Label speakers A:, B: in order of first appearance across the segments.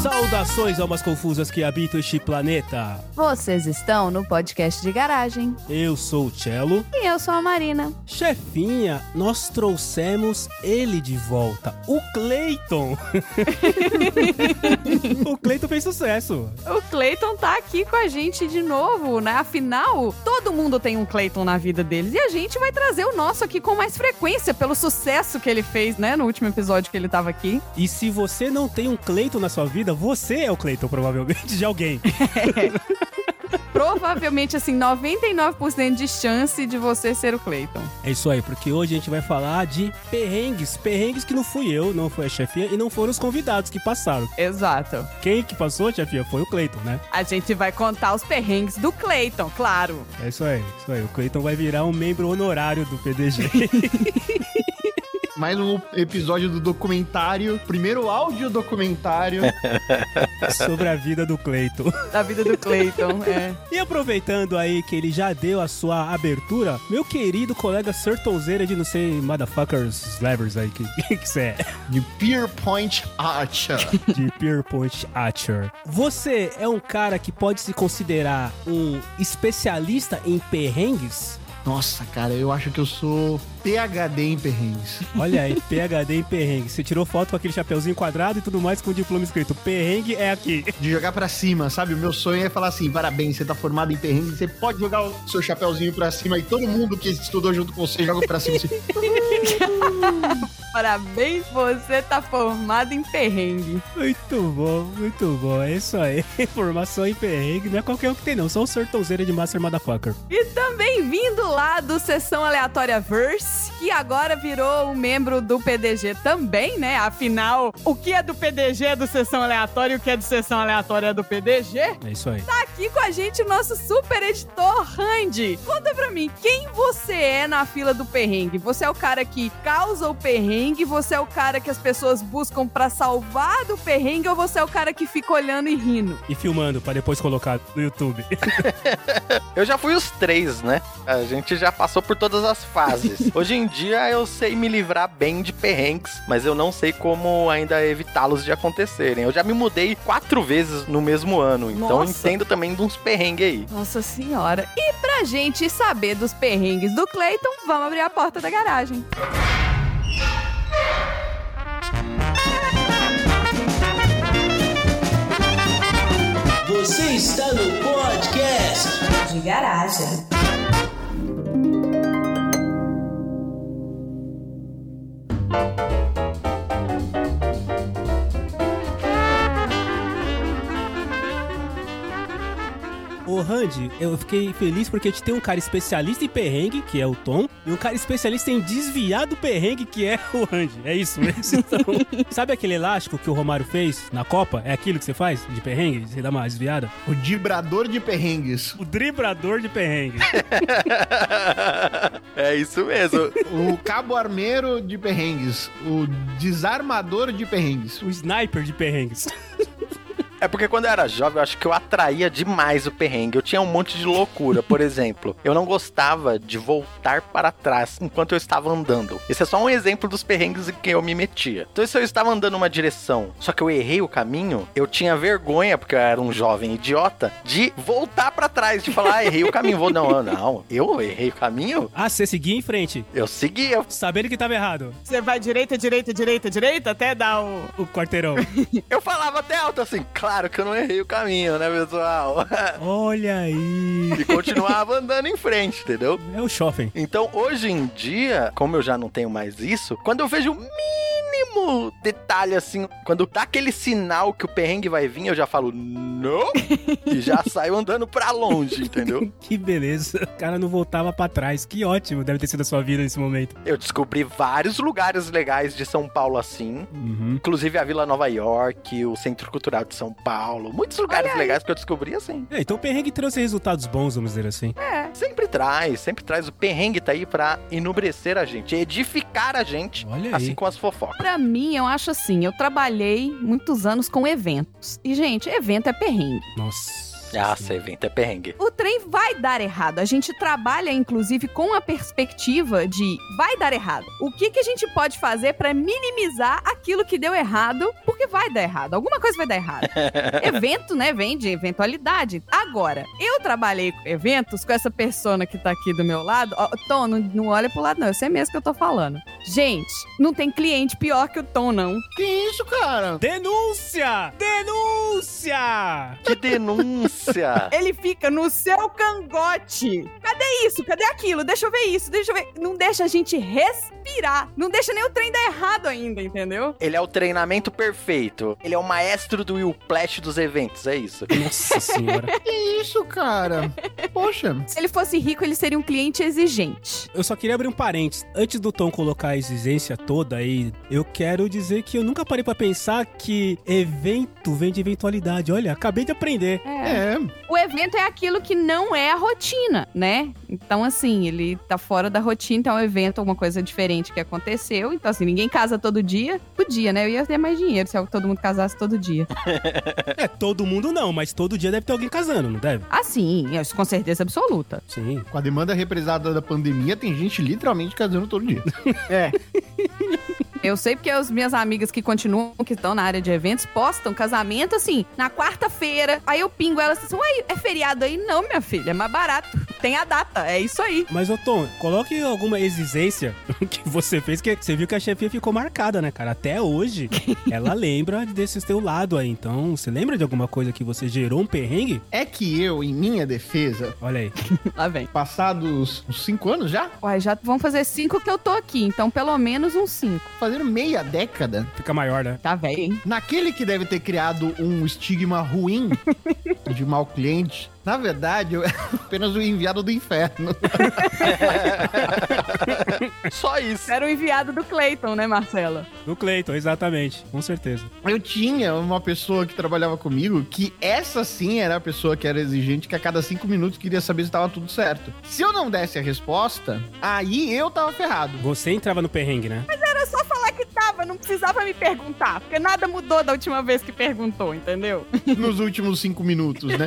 A: Saudações, almas confusas que habitam este planeta.
B: Vocês estão no podcast de garagem.
A: Eu sou o Cello.
B: E eu sou a Marina.
A: Chefinha, nós trouxemos ele de volta, o Clayton. o Clayton fez sucesso.
B: O Clayton tá aqui com a gente de novo, né? Afinal, todo mundo tem um Clayton na vida deles. E a gente vai trazer o nosso aqui com mais frequência, pelo sucesso que ele fez, né? No último episódio que ele tava aqui.
A: E se você não tem um Clayton na sua vida, você é o Clayton, provavelmente, de alguém.
B: Provavelmente, assim, 99% de chance de você ser o Clayton.
A: É isso aí, porque hoje a gente vai falar de perrengues. Perrengues que não fui eu, não foi a chefinha e não foram os convidados que passaram.
B: Exato.
A: Quem que passou, chefinha, foi o Clayton, né?
B: A gente vai contar os perrengues do Clayton, claro.
A: É isso aí, isso aí. O Clayton vai virar um membro honorário do PDG.
C: Mais um episódio do documentário, primeiro áudio documentário.
A: sobre a vida do Clayton.
B: Da vida do Clayton, é.
A: E aproveitando aí que ele já deu a sua abertura, meu querido colega sertãozeira de não sei, motherfuckers, slavers aí, que que você é?
C: De Pierpoint Archer.
A: De Pierpoint Archer. Você é um cara que pode se considerar um especialista em perrengues?
C: Nossa, cara, eu acho que eu sou PHD em perrengues.
A: Olha aí, PHD em perrengue. Você tirou foto com aquele chapeuzinho quadrado e tudo mais com o diploma escrito. Perrengue é aqui.
C: De jogar pra cima, sabe? O meu sonho é falar assim: parabéns, você tá formado em perrengue, você pode jogar o seu chapeuzinho pra cima e todo mundo que estudou junto com você joga pra cima. Assim.
B: Parabéns, você tá formado em perrengue.
A: Muito bom, muito bom. É isso aí. Formação em perrengue. Não é qualquer um que tem, não. Só o sertãozeira de Master Motherfucker.
B: E também vindo lá do Sessão Aleatória Verse, que agora virou um membro do PDG também, né? Afinal, o que é do PDG é do Sessão Aleatória e o que é do Sessão Aleatória é do PDG.
A: É isso aí.
B: Tá aqui com a gente o nosso super editor, Randy. Conta pra mim, quem você é na fila do perrengue? Você é o cara que causa o perrengue? Você é o cara que as pessoas buscam pra salvar do perrengue? Ou você é o cara que fica olhando e rindo?
A: E filmando pra depois colocar no YouTube.
D: Eu já fui os três, né? A gente já passou por todas as fases. Hoje em dia eu sei me livrar bem de perrengues, mas eu não sei como ainda evitá-los de acontecerem. Eu já me mudei quatro vezes no mesmo ano, então eu
B: Nossa.
D: entendo também de uns perrengues aí.
B: Nossa senhora. E pra gente saber dos perrengues do Clayton, vamos abrir a porta da garagem.
E: Você está no podcast
F: de garagem.
A: Ô, Randy, eu fiquei feliz porque a gente tem um cara especialista em perrengue, que é o Tom, e um cara especialista em desviar do perrengue, que é o Randy. É isso mesmo. Então, sabe aquele elástico que o Romário fez na Copa? É aquilo que você faz de perrengue? Você dá uma desviada?
C: O dibrador de perrengues.
A: O driblador de perrengue.
D: é isso mesmo.
C: O cabo armeiro de perrengues. O desarmador de perrengues.
A: o sniper de perrengues.
D: É porque quando eu era jovem, eu acho que eu atraía demais o perrengue. Eu tinha um monte de loucura, por exemplo. Eu não gostava de voltar para trás enquanto eu estava andando. Esse é só um exemplo dos perrengues em que eu me metia. Então, se eu estava andando uma direção, só que eu errei o caminho, eu tinha vergonha, porque eu era um jovem idiota, de voltar para trás, de falar, ah, errei o caminho. Vou, não, não, eu errei o caminho?
A: Ah, você seguia em frente,
D: Eu seguia.
A: sabendo que tava errado.
B: Você vai direita, direita, direita, direita, até dar o.
A: O quarteirão.
D: Eu falava até alto assim, claro que eu não errei o caminho, né, pessoal?
A: Olha aí.
D: e continuava andando em frente, entendeu?
A: É o shopping.
D: Então, hoje em dia, como eu já não tenho mais isso, quando eu vejo o mínimo detalhe assim, quando dá aquele sinal que o perrengue vai vir, eu já falo, não! e já saio andando pra longe, entendeu?
A: Que beleza. O cara não voltava pra trás. Que ótimo. Deve ter sido a sua vida nesse momento.
D: Eu descobri vários lugares legais de São Paulo assim,
A: Uhum.
D: inclusive a Vila Nova York, o Centro Cultural de São Paulo, muitos lugares legais que eu descobri assim.
A: É, então o perrengue trouxe resultados bons, vamos dizer assim.
D: Sempre traz, sempre traz. O perrengue tá aí pra enobrecer a gente, edificar a gente,
A: Olha aí.
D: assim com as fofocas.
B: Pra mim, eu acho assim, eu trabalhei muitos anos com eventos. E, gente, evento é perrengue.
A: Nossa.
D: Ah, esse evento é perrengue.
B: O trem vai dar errado. A gente trabalha, inclusive, com a perspectiva de vai dar errado. O que, que a gente pode fazer pra minimizar aquilo que deu errado? Porque vai dar errado. Alguma coisa vai dar errado. Evento, né? Vem de eventualidade. Agora, eu trabalhei com eventos com essa persona que tá aqui do meu lado. Ó, Tom, não, não olha pro lado, não. Eu sei mesmo que eu tô falando. Gente, não tem cliente pior que o Tom, não.
C: Que isso, cara?
A: Denúncia! Denúncia!
D: Que denúncia!
B: Ele fica no seu cangote. Cadê isso? Cadê aquilo? Deixa eu ver isso, deixa eu ver. Não deixa a gente respirar. Não deixa nem o trem dar errado ainda, entendeu?
D: Ele é o treinamento perfeito. Ele é o maestro do Whiplash dos eventos, é isso.
A: Nossa senhora.
C: Que isso, cara? Poxa.
B: Se ele fosse rico, ele seria um cliente exigente.
A: Eu só queria abrir um parênteses. Antes do Tom colocar a exigência toda aí, eu quero dizer que eu nunca parei pra pensar que evento vem de eventualidade. Olha, acabei de aprender.
C: É,
B: O evento é aquilo que não é a rotina, né? Então, assim, ele tá fora da rotina, então é um evento, alguma coisa diferente que aconteceu. Então, assim, ninguém casa todo dia. Podia, né? Eu ia ter mais dinheiro se todo mundo casasse todo dia.
A: É, todo mundo não, mas todo dia deve ter alguém casando, não deve?
B: Assim, isso com certeza absoluta.
A: Sim.
C: com a demanda represada da pandemia, tem gente literalmente casando todo dia.
B: Eu sei porque as minhas amigas que continuam, que estão na área de eventos, postam casamento, assim, na quarta-feira. Aí eu pingo elas assim, uai, é feriado aí? Não, minha filha, é mais barato. Tem a data, é isso aí.
A: Mas, ô Tom, coloque alguma exigência que você fez, que você viu que a chefia ficou marcada, né, cara? Até hoje, ela lembra desse seu lado aí. Então, você lembra de alguma coisa que você gerou um perrengue?
C: É que eu, em minha defesa,
A: Olha aí.
B: Lá vem.
C: passados uns cinco anos já,
B: Uai, já vão fazer cinco que eu tô aqui, então pelo menos uns cinco.
C: fazendo meia década,
A: Fica maior, né?
B: Tá velho, hein?
C: naquele que deve ter criado um estigma ruim de mau cliente, na verdade, eu era apenas o enviado do inferno.
D: Só isso.
B: Era o enviado do Clayton, né, Marcela?
A: Do Cleiton, exatamente. Com certeza.
C: Eu tinha uma pessoa que trabalhava comigo que essa sim era a pessoa que era exigente, que a cada cinco minutos queria saber se estava tudo certo. Se eu não desse a resposta, aí eu tava ferrado.
A: Você entrava no perrengue, né?
B: Era só falar que tava, não precisava me perguntar, porque nada mudou da última vez que perguntou, entendeu?
C: nos últimos cinco minutos, né?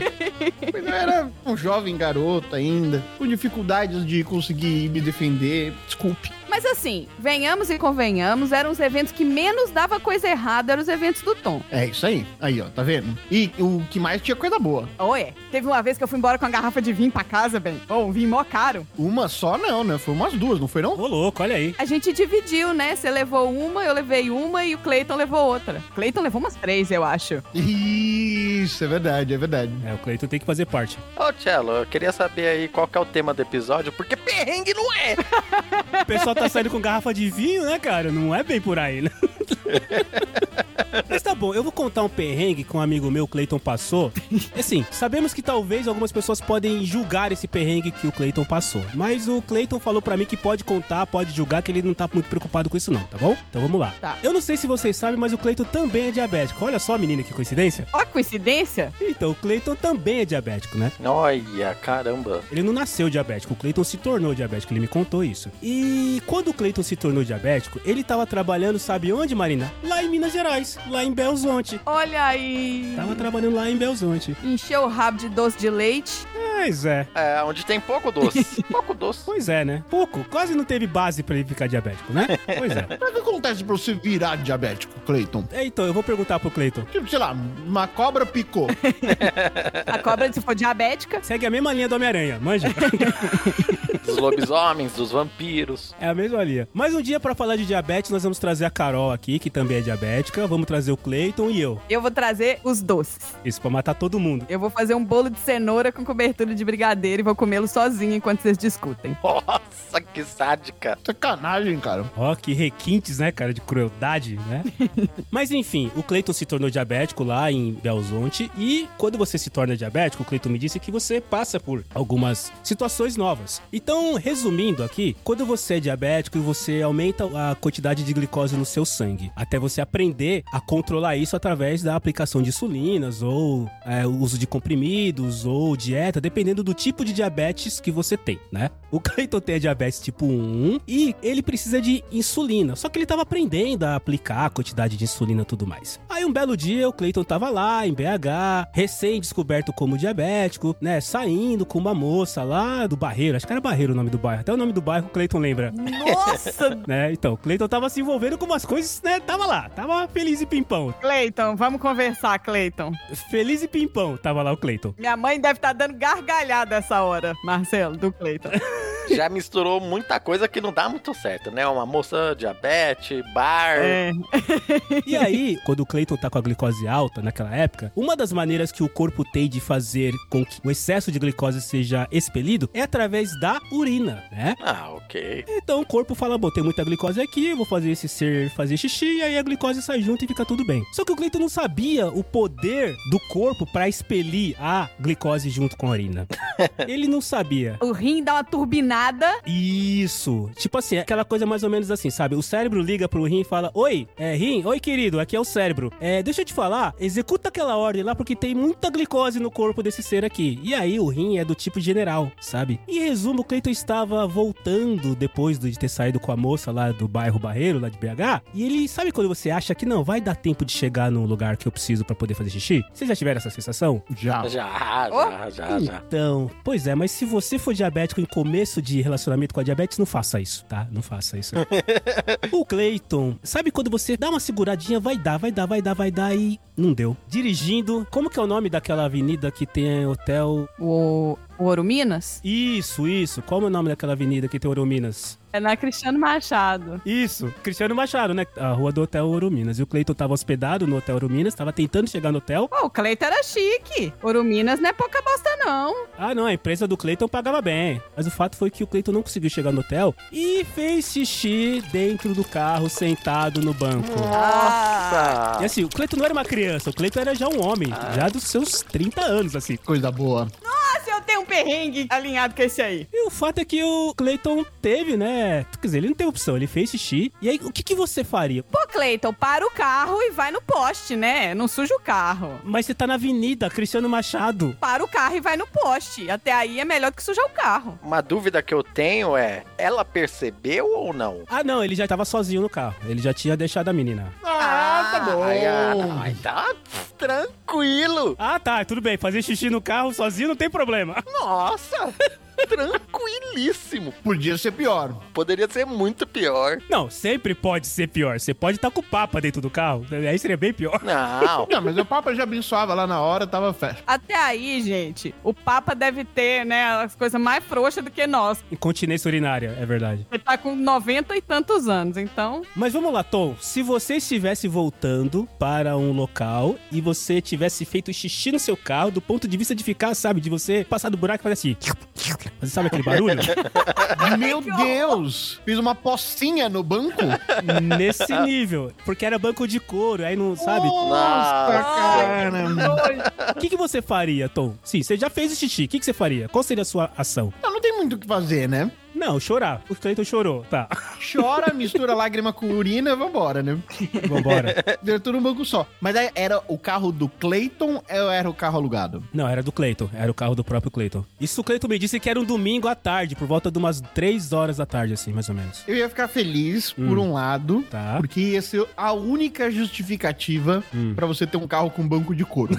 C: Mas eu era um jovem garoto ainda, com dificuldades de conseguir me defender. Desculpe.
B: Mas assim, venhamos e convenhamos, eram os eventos que menos dava coisa errada, eram os eventos do Tom.
C: É isso aí. Aí, ó, tá vendo? E o que mais tinha coisa boa.
B: Oi, teve uma vez que eu fui embora com uma garrafa de vinho pra casa, bem. Ô, um vinho mó caro.
C: Uma só não, né? Foi umas duas, não foi não?
A: Ô, louco, olha aí.
B: A gente dividiu, né? Você levou uma, eu levei uma e o Clayton levou outra. Clayton levou umas três, eu acho.
C: Isso, é verdade, é verdade.
A: É, o Cleiton tem que fazer parte.
D: Ô, Cello, eu queria saber aí qual que é o tema do episódio, porque perrengue não é.
A: O pessoal tá saindo com garrafa de vinho, né, cara? Não é bem por aí, né? Mas tá bom, eu vou contar um perrengue que um amigo meu, Cleiton, passou. Assim, sabemos que talvez algumas pessoas podem julgar esse perrengue que o Cleiton passou. Mas o Cleiton falou pra mim que pode contar, pode julgar, que ele não tá muito preocupado com isso não, tá bom? Então vamos lá.
B: Tá.
A: Eu não sei se vocês sabem, mas o Cleiton também é diabético. Olha só, menina, que coincidência.
B: Ó, coincidência.
A: Então, o Cleiton também é diabético, né?
D: Olha, caramba.
A: Ele não nasceu diabético, o Cleiton se tornou diabético, ele me contou isso. E quando o Cleiton se tornou diabético, ele tava trabalhando, sabe onde, Marina? Lá em Minas Gerais, lá em Belzonte.
B: Olha aí.
A: Tava trabalhando lá em Belzonte.
B: Encheu o rabo de doce de leite.
A: Pois é.
D: É, onde tem pouco doce. pouco doce.
A: Pois é, né? Pouco, quase não teve base pra ele ficar diabético, né? Pois é.
C: Mas o que acontece pra você virar diabético, Cleiton?
A: É, Então, eu vou perguntar pro Cleiton.
C: Tipo, sei lá, uma cobra picou.
B: A cobra, se for diabética,
A: Segue a mesma linha do Homem-Aranha, manja?
D: Dos lobisomens, dos vampiros.
A: É a mesma linha. Mais um dia pra falar de diabetes, nós vamos trazer a Carol aqui, que também é diabética. Vamos trazer o Cleiton e eu.
B: eu vou trazer os doces.
A: Isso pra matar todo mundo.
B: Eu vou fazer um bolo de cenoura com cobertura de brigadeiro e vou comê-lo sozinha enquanto vocês discutem.
D: Nossa, que sádica.
C: Sacanagem, cara.
A: Ó, que requintes, né, cara, de crueldade, né? Mas enfim, o Cleiton se tornou diabético lá em Belzonte e quando você se torna diabético, o Cleiton me disse que você passa por algumas situações novas. Então Então, resumindo aqui, quando você é diabético, você aumenta a quantidade de glicose no seu sangue, até você aprender a controlar isso através da aplicação de insulinas ou é, o uso de comprimidos ou dieta, dependendo do tipo de diabetes que você tem, né? O Clayton tem a diabetes tipo 1 e ele precisa de insulina, só que ele tava aprendendo a aplicar a quantidade de insulina e tudo mais. Aí um belo dia o Clayton tava lá em BH, recém-descoberto como diabético, né? Saindo com uma moça lá do Barreiro, acho que era Barreiro o nome do bairro, até o nome do bairro o Clayton lembra.
B: Nossa!
A: Né? Então, o Clayton tava se envolvendo com umas coisas, né? Tava lá, tava feliz e pimpão.
B: Cleiton, vamos conversar, Cleiton.
A: Feliz e pimpão, tava lá o Clayton.
B: Minha mãe deve estar dando gargalhada essa hora, Marcelo, do Cleiton.
D: Já misturou muita coisa que não dá muito certo, né? Uma moça, diabetes, bar.
B: É.
A: E aí, quando o Clayton tá com a glicose alta naquela época, uma das maneiras que o corpo tem de fazer com que o excesso de glicose seja expelido é através da urina, né?
D: Ah, ok.
A: Então o corpo fala: bom, tem muita glicose aqui, eu vou fazer esse ser fazer xixi, e aí a glicose sai junto e fica tudo bem. Só que o Cleiton não sabia o poder do corpo pra expelir a glicose junto com a urina. Ele não sabia.
B: O rim dá uma turbinada.
A: Isso. Tipo assim, aquela coisa mais ou menos assim, sabe? O cérebro liga pro rim e fala: Oi, é rim? Oi, querido, aqui é o cérebro. É, deixa eu te falar, executa aquela ordem lá porque tem muita glicose no corpo desse ser aqui. E aí o rim é do tipo general, sabe? Em resumo, o Cleiton estava voltando depois de ter saído com a moça lá do bairro Barreiro, lá de BH. E ele, sabe quando você acha que não vai dar tempo de chegar no lugar que eu preciso pra poder fazer xixi? Vocês já tiveram essa sensação?
C: Já.
D: Já,
B: Oh.
D: já, já, Ah, já.
A: Então, pois é, mas se você for diabético em começo de relacionamento com a diabetes, não faça isso, tá? Não faça isso. o Clayton, sabe quando você dá uma seguradinha, vai dar, vai dar, vai dar, vai dar e não deu. Dirigindo, como que é o nome daquela avenida que tem hotel?
B: O, o Ouro Minas?
A: Isso, isso. Qual é o nome daquela avenida que tem Ouro Minas?
B: É na Cristiano Machado.
A: Isso, Cristiano Machado, né? A rua do Hotel Ouro Minas. E o Cleiton tava hospedado no Hotel Ouro Minas, tava tentando chegar no hotel.
B: Pô, o Cleiton era chique. Ouro Minas não é pouca bosta, não.
A: Ah, não, a empresa do Cleiton pagava bem. Mas o fato foi que o Cleiton não conseguiu chegar no hotel e fez xixi dentro do carro, sentado no banco.
B: Ah.
D: Nossa!
A: E assim, o Cleiton não era uma criança, o Cleiton era já um homem, já dos seus 30 anos, assim.
C: Coisa boa.
B: Ah, se eu tenho um perrengue alinhado com esse aí.
A: E o fato é que o Cleiton teve, né? Quer dizer, ele não teve opção, ele fez xixi. E aí, o que, que você faria?
B: Pô, Cleiton, para o carro e vai no poste, né? Não suja o carro.
A: Mas você tá na avenida, Cristiano Machado.
B: Para o carro e vai no poste. Até aí é melhor que sujar o carro.
D: Uma dúvida que eu tenho é, ela percebeu ou não?
A: Ah, não, ele já tava sozinho no carro. Ele já tinha deixado a menina.
C: Ah, tá bom.
D: Ai, ah, ai, tá pff, tranquilo.
A: Ah, tá, tudo bem. Fazer xixi no carro sozinho não tem problema.
D: Nossa, tranquilíssimo.
C: Podia ser pior.
D: Poderia ser muito pior.
A: Não, sempre pode ser pior. Você pode estar com papa dentro do carro. Aí seria bem pior.
D: Não.
C: Não, mas o Papa já abençoava lá na hora, tava festa.
B: Até aí, gente, o Papa deve ter, né, as coisas mais frouxas do que nós.
A: Incontinência urinária, é verdade.
B: Ele tá com 90 e tantos anos, então.
A: Mas vamos lá, Tom. Se você estivesse voltando para um local e você tivesse feito xixi no seu carro, do ponto de vista de ficar, sabe, de você passar do buraco e fazer assim. Você sabe aquele barulho?
C: Meu Deus! Fiz uma pocinha no banco?
A: Nesse nível. Porque era banco de couro, aí não, sabe?
C: Oh. Nossa, cara.
A: O que, que você faria, Tom? Sim, você já fez o xixi. O que, que você faria? Qual seria a sua ação?
C: Não, não tem muito o que fazer, né?
A: Não, chorar. O Cleiton chorou. Tá,
C: Chora, mistura lágrima com urina e vambora, né?
A: vambora.
C: Deu tudo num banco só. Mas aí era o carro do Clayton ou era o carro alugado?
A: Não, era do Cleiton. Era o carro do próprio Cleiton. Isso o Cleiton me disse que era um domingo à tarde, por volta de umas 3 horas da tarde, assim, mais ou menos.
C: Eu ia ficar feliz, por um lado,
A: Tá.
C: porque ia ser a única justificativa
A: Hum.
C: pra você ter um carro com banco de couro.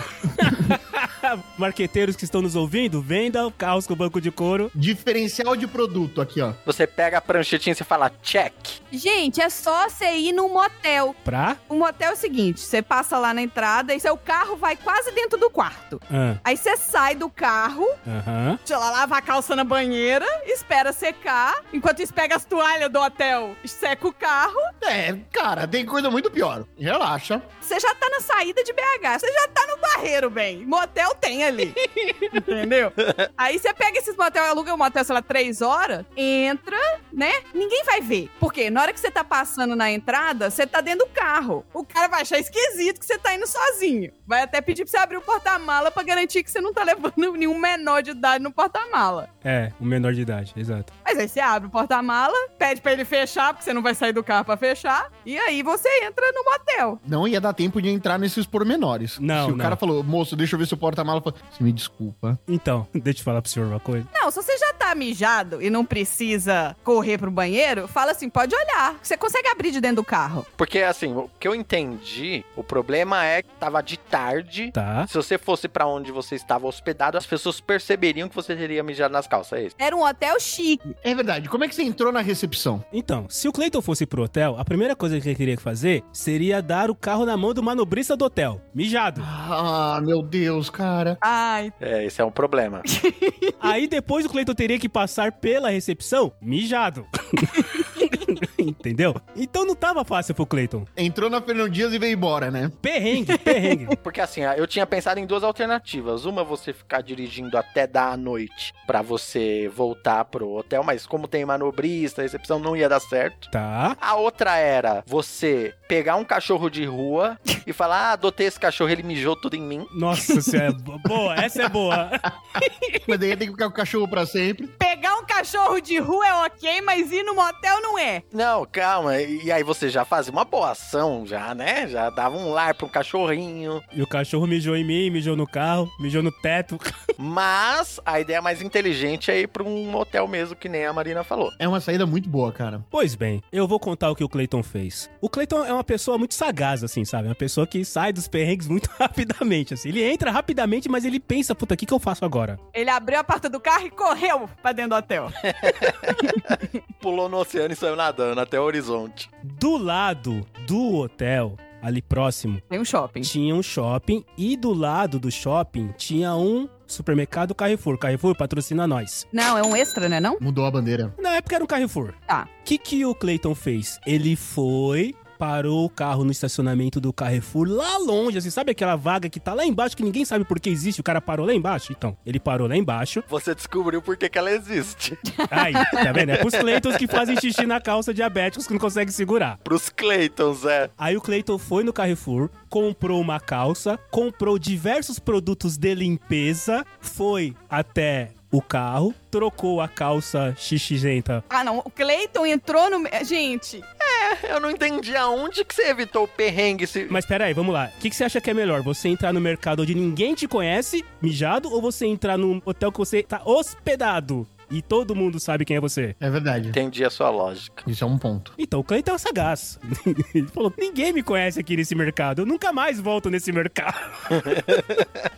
A: Marqueteiros que estão nos ouvindo, venda carros com banco de couro.
C: Diferencial de produto aqui, ó.
D: Você pega a pranchetinha e você fala, check.
B: Gente, é só você ir num motel.
A: Pra?
B: O motel é o seguinte: você passa lá na entrada e seu carro vai quase dentro do quarto.
A: Ah,
B: Aí você sai do carro,
A: Aham.
B: sei lá, lava a calça na banheira, espera secar. Enquanto isso, pega as toalhas do hotel, seca o carro.
C: É, cara, tem coisa muito pior. Relaxa.
B: Você já tá na saída de BH, você já tá no barreiro, bem. Motel tem ali. Entendeu? Aí você pega esses motel, aluga um motel, sei lá, três horas, entra, né? Ninguém vai ver. Porque na hora que você tá passando na entrada, você tá dentro do carro. O cara vai achar esquisito que você tá indo sozinho. Vai até pedir pra você abrir o porta-mala pra garantir que você não tá levando nenhum menor de idade no porta-mala.
A: É, o menor de idade, exato.
B: Mas aí você abre o porta-mala, pede pra ele fechar, porque você não vai sair do carro pra fechar, e aí você entra no motel.
C: Não ia dar tempo de entrar nesses pormenores.
A: Não,
C: Se o
A: não.
C: cara falou, moço, deixa eu ver seu porta-mala, falou, você me desculpa.
A: Então, deixa eu falar pro senhor uma coisa.
B: Não, se você já tá mijado e não precisa correr pro banheiro, fala assim, pode olhar, que você consegue abrir de dentro do carro.
D: Porque, assim, o que eu entendi, o problema é que tava de tarde.
A: Tá.
D: Se você fosse pra onde você estava hospedado, as pessoas perceberiam que você teria mijado nas calças, é isso?
B: Era um hotel chique.
C: É verdade, como é que você entrou na recepção?
A: Então, se o Clayton fosse pro hotel, a primeira coisa que ele teria que fazer seria dar o carro na mão do manobrista do hotel. Mijado.
C: Ah, meu Deus, cara.
B: Ai,
D: É, esse é um problema.
A: Aí depois o Cleiton teria que passar pela recepção mijado. Entendeu? Então não tava fácil pro Cleiton.
C: Entrou na Fernão Dias e veio embora, né?
A: Perrengue, perrengue.
D: Porque assim, eu tinha pensado em duas alternativas. Uma, você ficar dirigindo até da noite pra você voltar pro hotel, mas como tem manobrista, recepção não ia dar certo.
A: Tá.
D: A outra era você pegar um cachorro de rua e falar: Ah, adotei esse cachorro, ele mijou tudo em mim.
A: Nossa senhora, bo- boa, essa é boa.
C: Mas daí tem que ficar com o cachorro pra sempre.
B: pegar um cachorro de rua é ok, mas ir no motel não é.
D: Não, calma. E aí você já fazia uma boa ação, já, né? Já dava um lar pra um cachorrinho.
A: E o cachorro mijou em mim, mijou no carro, mijou no teto.
D: Mas a ideia mais inteligente é ir pra um hotel mesmo, que nem a Marina falou.
C: É uma saída muito boa, cara.
A: Pois bem, eu vou contar o que o Cleiton fez. O Cleiton é uma pessoa muito sagaz, assim, sabe? Uma pessoa que sai dos perrengues muito rapidamente, assim. Ele entra rapidamente, mas ele pensa, puta, o que, que eu faço agora?
B: Ele abriu a porta do carro e correu pra dentro do hotel.
D: Pulou no oceano e saiu nadando até o horizonte.
A: Do lado do hotel, ali próximo,
B: Tem um shopping.
A: Tinha um shopping e do lado do shopping tinha um supermercado Carrefour. Carrefour patrocina nós.
B: Não, é um extra, né não?
C: Mudou a bandeira.
A: Na época era um Carrefour.
B: Tá.
A: O que, que o Clayton fez? Ele foi, parou o carro no estacionamento do Carrefour lá longe, assim, sabe aquela vaga que tá lá embaixo que ninguém sabe por que existe? O cara parou lá embaixo? Então, ele parou lá embaixo.
D: Você descobriu por que, que ela existe.
A: Aí, tá vendo? É pros Claytons que fazem xixi na calça diabéticos que não conseguem segurar.
D: Pros Claytons, é.
A: Aí o Clayton foi no Carrefour, comprou uma calça, comprou diversos produtos de limpeza, foi até o carro, trocou a calça xixigenta.
B: Ah, não. O Cleiton entrou no. Gente,
D: Eu não entendi aonde que você evitou o perrengue. Se...
A: Mas peraí, vamos lá. O que, que você acha que é melhor? Você entrar no mercado onde ninguém te conhece, mijado, ou você entrar num hotel que você tá hospedado e todo mundo sabe quem é você?
C: É verdade.
D: Entendi a sua lógica.
C: Isso é um ponto.
A: Então, o Clayton é um sagaz. Ele falou, ninguém me conhece aqui nesse mercado, eu nunca mais volto nesse mercado.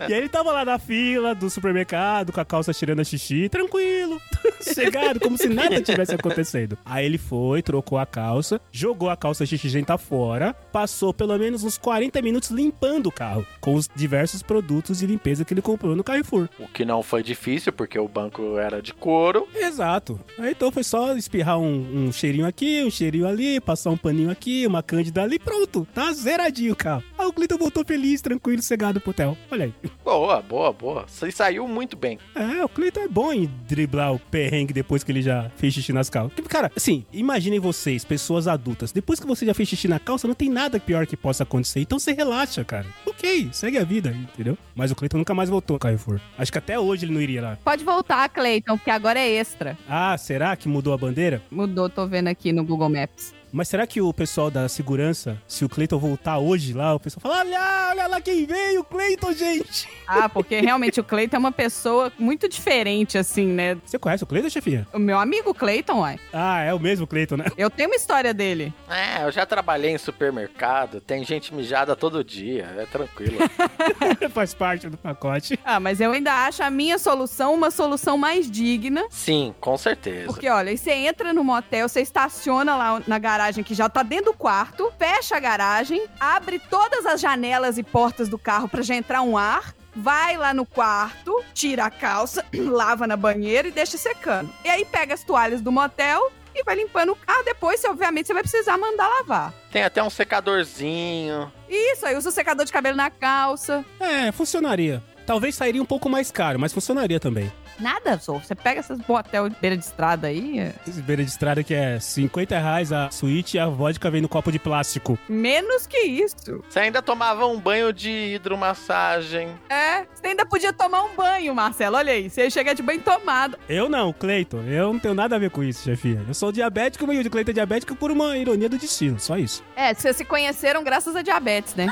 A: e aí ele tava lá na fila do supermercado, com a calça cheirando a xixi, tranquilo, cegado, como se nada tivesse acontecendo. Aí ele foi, trocou a calça, jogou a calça xixigenta fora, passou pelo menos uns 40 minutos limpando o carro, com os diversos produtos de limpeza que ele comprou no Carrefour.
D: O que não foi difícil, porque o banco era de couro.
A: Exato. Aí então foi só espirrar um, um cheirinho aqui, um cheirinho ali, passar um paninho aqui, uma cândida ali, pronto. Tá zeradinho o carro. Aí o Cleiton voltou feliz, tranquilo, cegado pro hotel. Olha aí.
D: Boa, boa, boa. Você saiu muito bem.
A: É, o Cleiton é bom em driblar o perrengue depois que ele já fez xixi nas calças. Porque, Cara, assim, imaginem vocês, pessoas adultas, depois que você já fez xixi na calça, não tem nada pior que possa acontecer. Então você relaxa, cara. Ok, segue a vida, entendeu? Mas o Cleiton nunca mais voltou ao Carrefour. Acho que até hoje ele não iria lá.
B: pode voltar, Cleiton, porque agora é extra.
A: Ah, será que mudou a bandeira?
B: Mudou, tô vendo aqui no Google Maps.
A: Mas será que o pessoal da segurança, se o Cleiton voltar hoje lá, o pessoal fala: olha, olha lá quem veio, o Cleiton, gente!
B: Ah, porque realmente o Cleiton é uma pessoa muito diferente, assim, né?
A: Você conhece o Cleiton, chefia?
B: O meu amigo Cleiton, uai.
A: Ah, é o mesmo Cleiton, né?
B: Eu tenho uma história dele.
D: É, eu já trabalhei em supermercado, tem gente mijada todo dia, é tranquilo.
A: Faz parte do pacote.
B: Ah, mas eu ainda acho a minha solução uma solução mais digna.
D: Sim, com certeza.
B: Porque, olha, você entra no motel, você estaciona lá na garagem que já tá dentro do quarto, fecha a garagem, abre todas as janelas e portas do carro pra já entrar um ar. Vai lá no quarto, tira a calça, lava na banheira e deixa secando. E aí pega as toalhas do motel, e vai limpando o carro. Depois, você, obviamente, você vai precisar mandar lavar.
D: Tem até um secadorzinho.
B: Isso, aí usa o secador de cabelo na calça.
A: É, funcionaria. Talvez sairia um pouco mais caro, mas funcionaria também.
B: Nada, só. Você pega essas botel de beira de estrada aí, é-
A: Esse beira de estrada que é 50 reais a suíte e a vodka vem no copo de plástico.
B: menos que isso.
D: Você ainda tomava um banho de hidromassagem.
B: É, você ainda podia tomar um banho, Marcelo. Olha aí, você chega de banho tomado.
A: Eu não, Cleiton. Eu não tenho nada a ver com isso, chefia. Eu sou diabético e o Cleiton é diabético por uma ironia do destino, só isso.
B: É, vocês se conheceram graças a diabetes, né?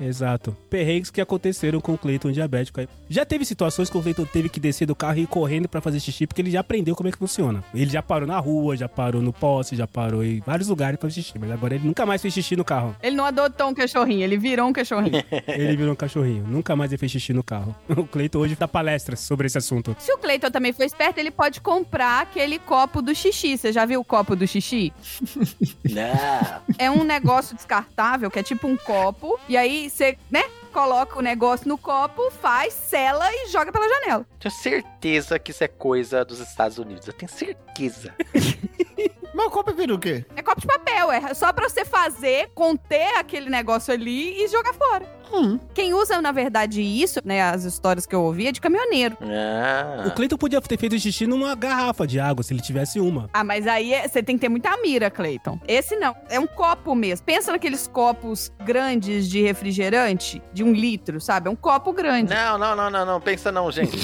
A: Exato. Perrengues que aconteceram com o Cleiton diabético aí. Já teve situações que o Cleiton teve que descer do carro e ir correndo pra fazer xixi, porque ele já aprendeu como é que funciona. Ele já parou na rua, já parou no poste, já parou em vários lugares pra fazer xixi, mas agora ele nunca mais fez xixi no carro.
B: Ele não adotou um cachorrinho, ele virou um cachorrinho.
A: Ele virou um cachorrinho. Nunca mais ele fez xixi no carro. O Cleiton hoje dá palestras sobre esse assunto.
B: Se o Cleiton também for esperto, ele pode comprar aquele copo do xixi. Você já viu o copo do xixi?
D: Não.
B: É um negócio descartável, que é tipo um copo. E aí você, né, coloca o negócio no copo, faz, sela e joga pela janela.
D: Tenho certeza que isso é coisa dos Estados Unidos. Eu tenho certeza.
C: Mas o copo vira o quê?
B: É copo de papel, é só pra você fazer, conter aquele negócio ali e jogar fora.
C: Hum.
B: Quem usa, na verdade, isso, né, as histórias que eu ouvi, é de caminhoneiro.
A: O
D: Ah.
A: Cleiton podia ter feito xixi numa garrafa de água, se ele tivesse uma.
B: Ah, mas aí é- você tem que ter muita mira, Cleiton. Esse não, é um copo mesmo. Pensa naqueles copos grandes de refrigerante, de um litro, sabe? É um copo grande.
D: Não, não, não, não, não. Pensa não, gente.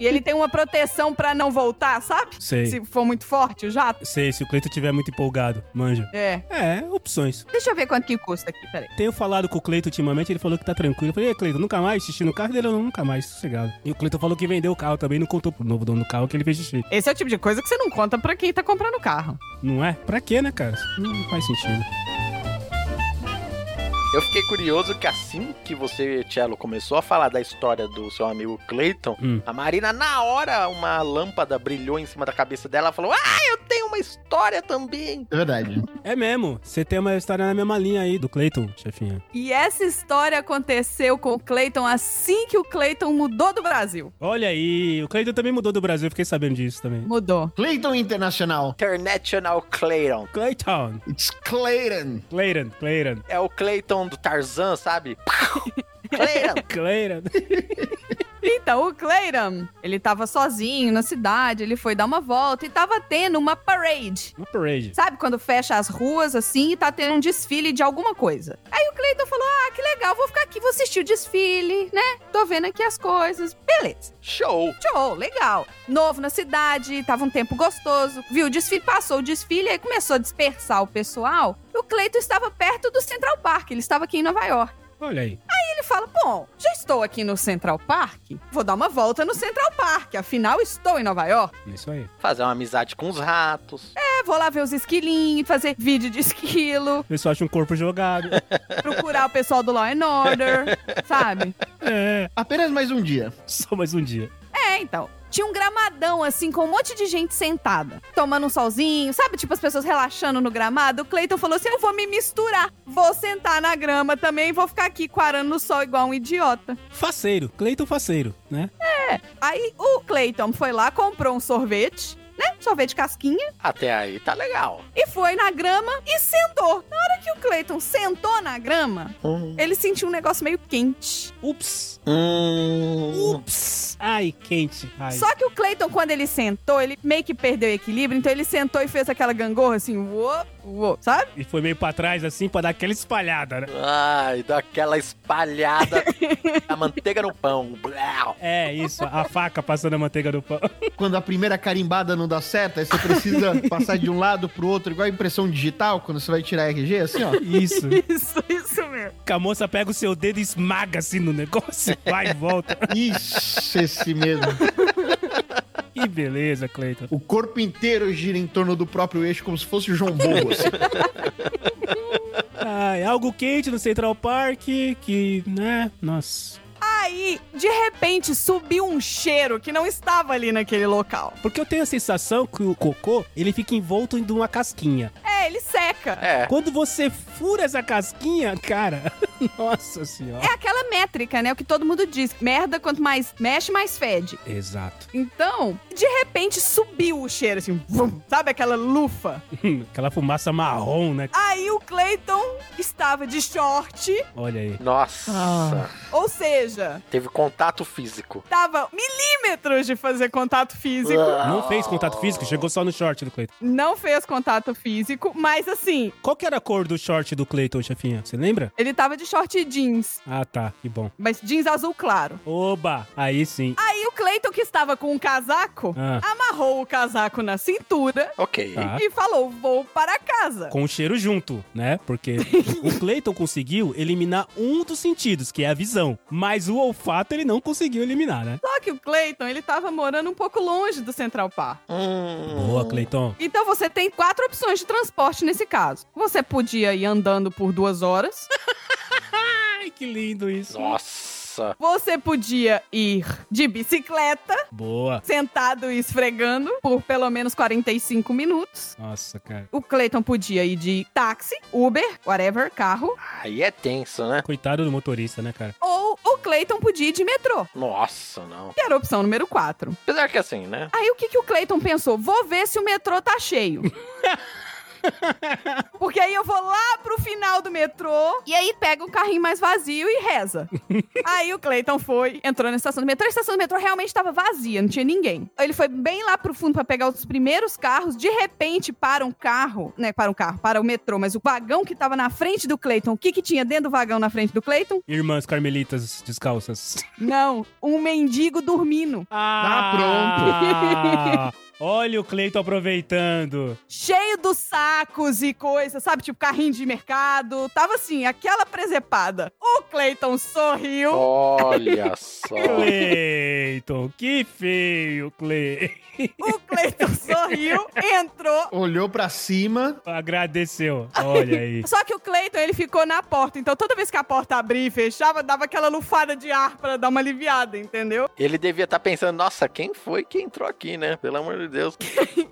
B: E ele tem uma proteção pra não voltar, sabe?
A: Sei.
B: Se for muito forte o jato.
A: Sei, se o Cleiton tiver muito empolgado. Manja.
B: É.
A: É, opções.
B: Deixa eu ver quanto que custa aqui, peraí.
A: Tenho falado com o Cleiton ultimamente, ele falou que tá tranquilo. Eu falei, e Cleiton, nunca mais xixi no carro dele, não, nunca mais, sossegado. E o Cleiton falou que vendeu o carro também, não contou pro novo dono do carro que ele fez xixi.
B: Esse é o tipo de coisa que você não conta pra quem tá comprando carro.
A: Não é? Pra quê, né, cara? Não faz sentido.
D: Eu fiquei curioso que assim que você, Cello, começou a falar da história do seu amigo Clayton,
A: Hum.
D: a Marina, na hora, uma lâmpada brilhou em cima da cabeça dela e falou: Ah, eu tenho uma história também.
C: É verdade.
A: É mesmo. Você tem uma história na mesma linha aí do Cleiton, chefinha.
B: E essa história aconteceu com o Clayton assim que o Clayton mudou do Brasil.
A: Olha aí, o Cleiton também mudou do Brasil, eu fiquei sabendo disso também.
B: Mudou.
C: Clayton Internacional.
D: International Clayton.
A: Cleiton,
C: It's Clayton.
A: Cleiton, Cleiton,
D: É o Clayton do Tarzan, sabe? Clayton.
A: Cleiton.
B: Então, o Clayton, ele tava sozinho na cidade, ele foi dar uma volta e tava tendo uma parade.
A: Uma parade.
B: Sabe quando fecha as ruas assim e tá tendo um desfile de alguma coisa? Aí o Clayton falou: Ah, que legal, vou ficar aqui, vou assistir o desfile, né? Tô vendo aqui as coisas. Beleza.
D: Show.
B: Show, legal. Novo na cidade, tava um tempo gostoso. Viu o desfile, passou o desfile, aí começou a dispersar o pessoal. O Cleiton estava perto do Central Park, ele estava aqui em Nova York.
A: Olha aí.
B: Ele fala: Bom, já estou aqui no Central Park, vou dar uma volta no Central Park, afinal estou em Nova York.
A: é Isso aí.
D: Fazer uma amizade com os ratos.
B: É, vou lá ver os esquilinhos, fazer vídeo de esquilo,
A: O pessoal acha um corpo jogado.
B: procurar o pessoal do Law and Order, sabe?
A: é,
C: Apenas mais um dia.
A: só mais um dia.
B: É, então. Tinha um gramadão, assim, com um monte de gente sentada, tomando um solzinho, sabe? Tipo, as pessoas relaxando no gramado. O Cleiton falou assim: eu vou me misturar, vou sentar na grama também, vou ficar aqui quarando no sol igual um idiota.
A: Faceiro, Cleiton faceiro, né?
B: Aí o Cleiton foi lá, comprou um sorvete, né? Sorvete casquinha,
D: Até aí tá legal.
B: e foi na grama e sentou. Na hora que o Cleiton sentou na grama,
D: Hum.
B: ele sentiu um negócio meio quente.
A: Ups. Uh,
D: Hum.
A: Ups. Ai, quente. Ai.
B: Só que o Cleiton, quando ele sentou, ele meio que perdeu o equilíbrio, então ele sentou e fez aquela gangorra assim, uou, uou, sabe?
A: E foi meio pra trás, assim, pra dar aquela espalhada, né?
D: Ai, dá aquela espalhada a manteiga no pão. Blau.
A: É, isso. A faca passando a manteiga no pão.
C: Quando a primeira carimbada não dá certo, aí você precisa passar de um lado pro outro, igual a impressão digital, quando você vai tirar RG, assim, ó.
A: Isso.
B: Isso, isso mesmo.
A: Que a moça pega o seu dedo e esmaga, assim, no negócio. Vai e volta.
C: Isso, esse mesmo.
A: Que beleza, Cleiton.
C: O corpo inteiro gira em torno do próprio eixo, como se fosse o João assim. Boas.
A: Ai, algo quente no Central Park que, né? Nossa.
B: Aí, de repente, subiu um cheiro que não estava ali naquele local.
A: Porque eu tenho a sensação que o cocô, ele fica envolto em uma casquinha.
B: É, ele seca.
D: É.
A: Quando você fura essa casquinha, cara, Nossa senhora.
B: É aquela métrica, né? O que todo mundo diz. Merda, quanto mais mexe, mais fede.
A: Exato.
B: Então, de repente, subiu o cheiro, assim, vum, sabe aquela lufa?
A: Aquela fumaça marrom, né?
B: Aí o Clayton estava de short,
A: Olha aí.
D: Nossa,
A: Ah.
B: ou seja,
D: teve contato físico.
B: tava milímetros de fazer contato físico.
A: Não fez contato físico, chegou só no short do Cleiton.
B: Não fez contato físico, mas assim,
A: Qual que era a cor do short do Cleiton, chefinha? Você lembra?
B: ele tava de short jeans,
A: Ah, tá. Que bom.
B: mas jeans azul claro.
A: Oba! Aí sim.
B: Aí o Clayton, que estava com um casaco,
A: Ah.
B: amarrou o casaco na cintura
D: Ok.
A: Tá. Ah.
B: e falou: vou para casa.
A: Com o cheiro junto, né? Porque o Cleiton conseguiu eliminar um dos sentidos, que é a visão. Mas o olfato ele não conseguiu eliminar, né?
B: Só que o Clayton, ele tava morando um pouco longe do Central Park.
D: Hum.
A: Boa, Cleiton.
B: Então você tem quatro opções de transporte nesse caso. Você podia ir andando por duas horas.
A: Ai, que lindo isso.
D: Nossa.
B: Você podia ir de bicicleta,
A: Boa.
B: sentado e esfregando, por pelo menos 45 minutos.
A: Nossa, cara.
B: O Clayton podia ir de táxi, Uber, whatever, carro.
D: Aí é tenso, né?
A: Coitado do motorista, né, cara?
B: Ou o Clayton podia ir de metrô,
D: Nossa, não.
B: que era a opção número 4.
D: Apesar que assim, né?
B: Aí o que, que o Clayton pensou? Vou ver se o metrô tá cheio. Porque aí eu vou lá pro final do metrô e aí pega um carrinho mais vazio e reza. aí o Clayton foi, entrou na estação do metrô. A estação do metrô realmente estava vazia, não tinha ninguém. Ele foi bem lá pro fundo pra pegar os primeiros carros. De repente, para um carro, né? Para um carro, para o metrô, mas o vagão que tava na frente do Clayton. O que que tinha dentro do vagão na frente do Clayton?
A: Irmãs carmelitas descalças.
B: Não, um mendigo dormindo.
A: Ah, pronto. Olha o Cleiton aproveitando.
B: Cheio dos sacos e coisas, sabe? Tipo carrinho de mercado. Tava assim, aquela presepada. O Clayton sorriu.
D: Olha só.
A: Cleiton, que feio, Cleiton.
B: O Cleiton sorriu, entrou.
C: Olhou pra cima.
A: Agradeceu. Olha aí.
B: Só que o Cleiton, ele ficou na porta. Então, toda vez que a porta abria e fechava, dava aquela lufada de ar pra dar uma aliviada, entendeu?
D: Ele devia estar pensando, nossa, quem foi que entrou aqui, né? Pelo amor de Deus.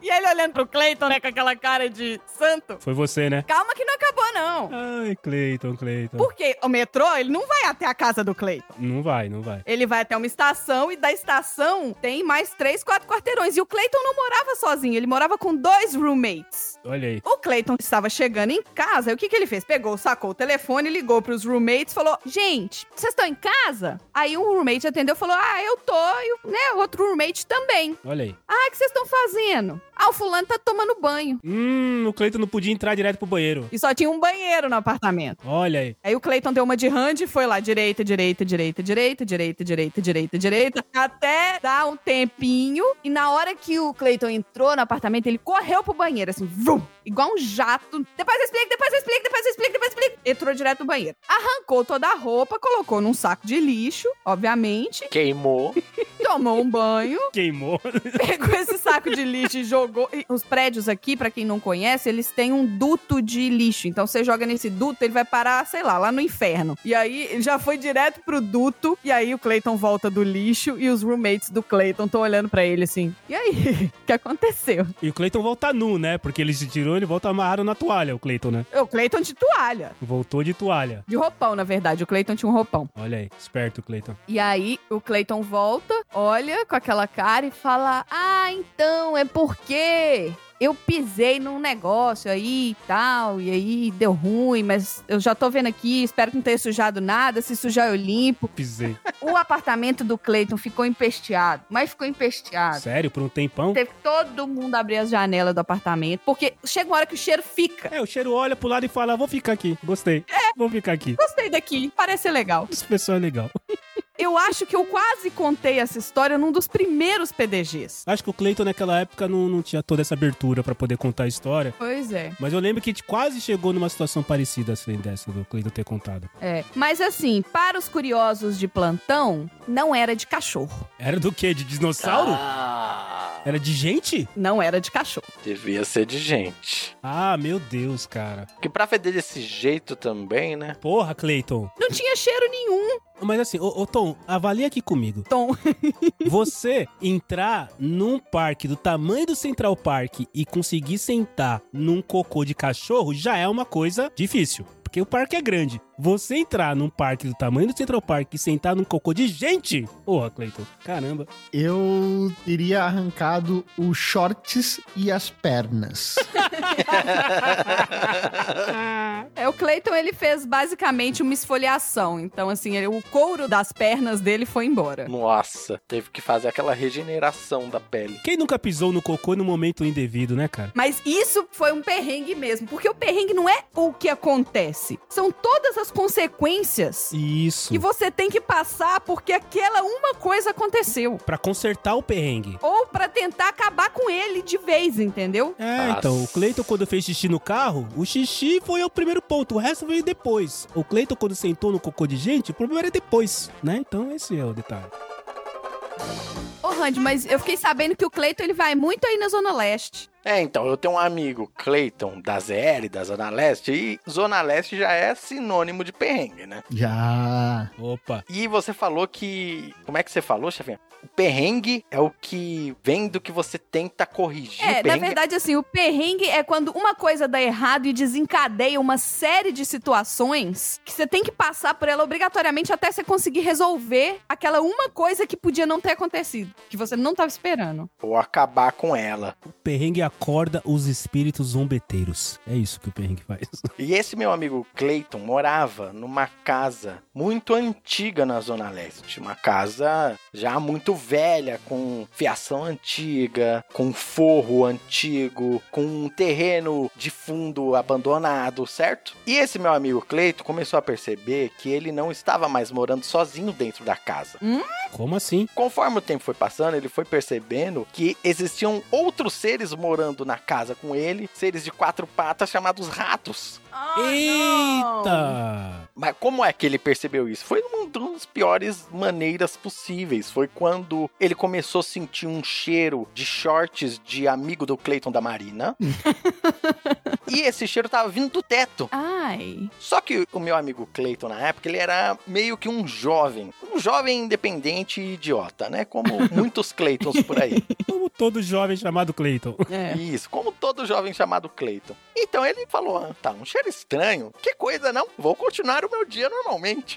B: E ele olhando pro Cleiton, né, com aquela cara de santo.
A: Foi você, né?
B: Calma que não acabou, não.
A: Ai, Cleiton, Cleiton.
B: Porque o metrô, ele não vai até a casa do Cleiton.
A: Não vai, não vai.
B: Ele vai até uma estação e da estação tem mais três, quatro quarteirões. E o Cleiton não morava sozinho, ele morava com dois roommates.
A: Olha aí.
B: O Clayton estava chegando em casa, e o que, que ele fez? Pegou, sacou o telefone, ligou pros roommates, falou: Gente, vocês estão em casa? Aí um roommate atendeu e falou: Ah, eu tô, e o, né, o outro roommate também.
A: Olha aí.
B: Ah, o que vocês estão fazendo? Ah, o fulano tá tomando banho.
A: Hum, o Cleiton não podia entrar direto pro banheiro.
B: E só tinha um banheiro no apartamento.
A: Olha aí.
B: Aí o Clayton deu uma de hand e foi lá direita, direita, direita, direita, direita, direita, direita, direita, até dar um tempinho. E na hora que o Clayton entrou no apartamento, ele correu pro banheiro, assim, vrum, igual um jato. Depois eu explico, depois eu explico, depois eu explico, depois eu explico. Entrou direto no banheiro. Arrancou toda a roupa, colocou num saco de lixo, obviamente,
D: Queimou.
B: tomou um banho,
A: Queimou.
B: pegou esse saco de lixo e jogou. E os prédios aqui, pra quem não conhece, eles têm um duto de lixo. Então você joga nesse duto, ele vai parar, sei lá, lá no inferno. E aí ele já foi direto pro duto. E aí o Clayton volta do lixo e os roommates do Clayton estão olhando pra ele assim. E aí? O que aconteceu?
A: E o Cleiton volta nu, né? Porque ele se tirou, ele volta amarrado na toalha, o Cleiton, né?
B: É, O Clayton de toalha.
A: Voltou de toalha.
B: De roupão, na verdade. O Clayton tinha um roupão.
A: Olha aí. Esperto, Cleiton.
B: E aí o Clayton volta, olha com aquela cara e fala: Ah, então é porque eu pisei num negócio aí e tal, e aí deu ruim, mas eu já tô vendo aqui, espero que não tenha sujado nada, se sujar eu limpo.
A: Pisei.
B: O apartamento do Clayton ficou empesteado, mas ficou empesteado.
A: Sério, por um tempão?
B: Teve que todo mundo abrir as janelas do apartamento, porque chega uma hora que o cheiro fica.
A: É, o cheiro olha pro lado e fala: vou ficar aqui. Gostei. Vou ficar aqui.
B: Gostei daqui, parece ser legal.
A: Esse pessoal é legal.
B: Eu acho que eu quase contei essa história num dos primeiros PDGs.
A: Acho que o Cleiton naquela época não, não tinha toda essa abertura pra poder contar a história.
B: Pois é.
A: Mas eu lembro que a gente quase chegou numa situação parecida assim dessa do Cleiton ter contado.
B: É, mas assim, para os curiosos de plantão, não era de cachorro.
A: Era do quê? De dinossauro?
D: Ah,
A: Era de gente?
B: Não era de cachorro.
D: devia ser de gente.
A: Ah, meu Deus, cara.
D: Que pra feder desse jeito também, né?
A: Porra, Cleiton.
B: Não tinha cheiro nenhum,
A: Mas assim, ô, ô, Tom, avalia aqui comigo.
B: Tom.
A: Você entrar num parque do tamanho do Central Park e conseguir sentar num cocô de cachorro já é uma coisa difícil. porque o parque é grande. Você entrar num parque do tamanho do Central Park e sentar num cocô de gente. Porra, Cleiton. Caramba.
C: Eu teria arrancado os shorts e as pernas.
B: É, o Clayton, ele fez basicamente uma esfoliação. Então, assim, ele- o couro das pernas dele foi embora.
D: Nossa, teve que fazer aquela regeneração da pele.
A: Quem nunca pisou no cocô no momento indevido, né, cara?
B: Mas isso foi um perrengue mesmo, porque o perrengue não é o que acontece. São todas as consequências
A: Isso.
B: que você tem que passar porque aquela uma coisa aconteceu.
A: Pra consertar o perrengue.
B: Ou pra tentar acabar com ele de vez, entendeu?
A: É,
D: Nossa.
A: então, o Cleiton quando fez xixi no carro, o xixi foi o primeiro ponto, o resto veio depois. O Cleiton quando sentou no cocô de gente, o problema era depois, né? Então esse é o detalhe.
B: Ô, Randy, mas eu fiquei sabendo que o Cleiton ele vai muito aí na Zona Leste.
D: É, então, eu tenho um amigo, Clayton, da ZL, da Zona Leste, e Zona Leste já é sinônimo de perrengue, né?
C: Já.
A: Opa.
D: E você falou que. Como é que você falou, chefinha? O perrengue é o que vem do que você tenta corrigir.
B: É,
D: o
B: na
D: perrengue
B: verdade, assim, o perrengue é quando uma coisa dá errado e desencadeia uma série de situações que você tem que passar por ela obrigatoriamente até você conseguir resolver aquela uma coisa que podia não ter acontecido, que você não tava esperando.
D: Ou acabar com ela.
A: O perrengue acorda os espíritos zombeteiros. É isso que o perrengue faz.
D: E esse meu amigo Clayton morava numa casa muito antiga na Zona Leste. Uma casa já muito velha, com fiação antiga, com forro antigo, com um terreno de fundo abandonado, certo? E esse meu amigo Clayton começou a perceber que ele não estava mais morando sozinho dentro da casa.
A: Como assim?
D: Conforme o tempo foi passando, ele foi percebendo que existiam outros seres morando na casa com ele, seres de quatro patas chamados ratos.
B: Ah,
A: Eita!
D: Mas como é que ele percebeu isso? Foi uma das piores maneiras possíveis. Foi quando ele começou a sentir um cheiro de shorts de amigo do Clayton da Marina. e esse cheiro tava vindo do teto.
B: Ai.
D: Só que o meu amigo Clayton, na época, ele era meio que um jovem. Um jovem independente e idiota, né? Como muitos Claytons por aí.
A: Como todo jovem chamado Cleiton.
B: É.
D: Isso, como todo jovem chamado Clayton. Então ele falou: ah, tá, um cheiro estranho. Que coisa, não? Vou continuar o meu dia normalmente.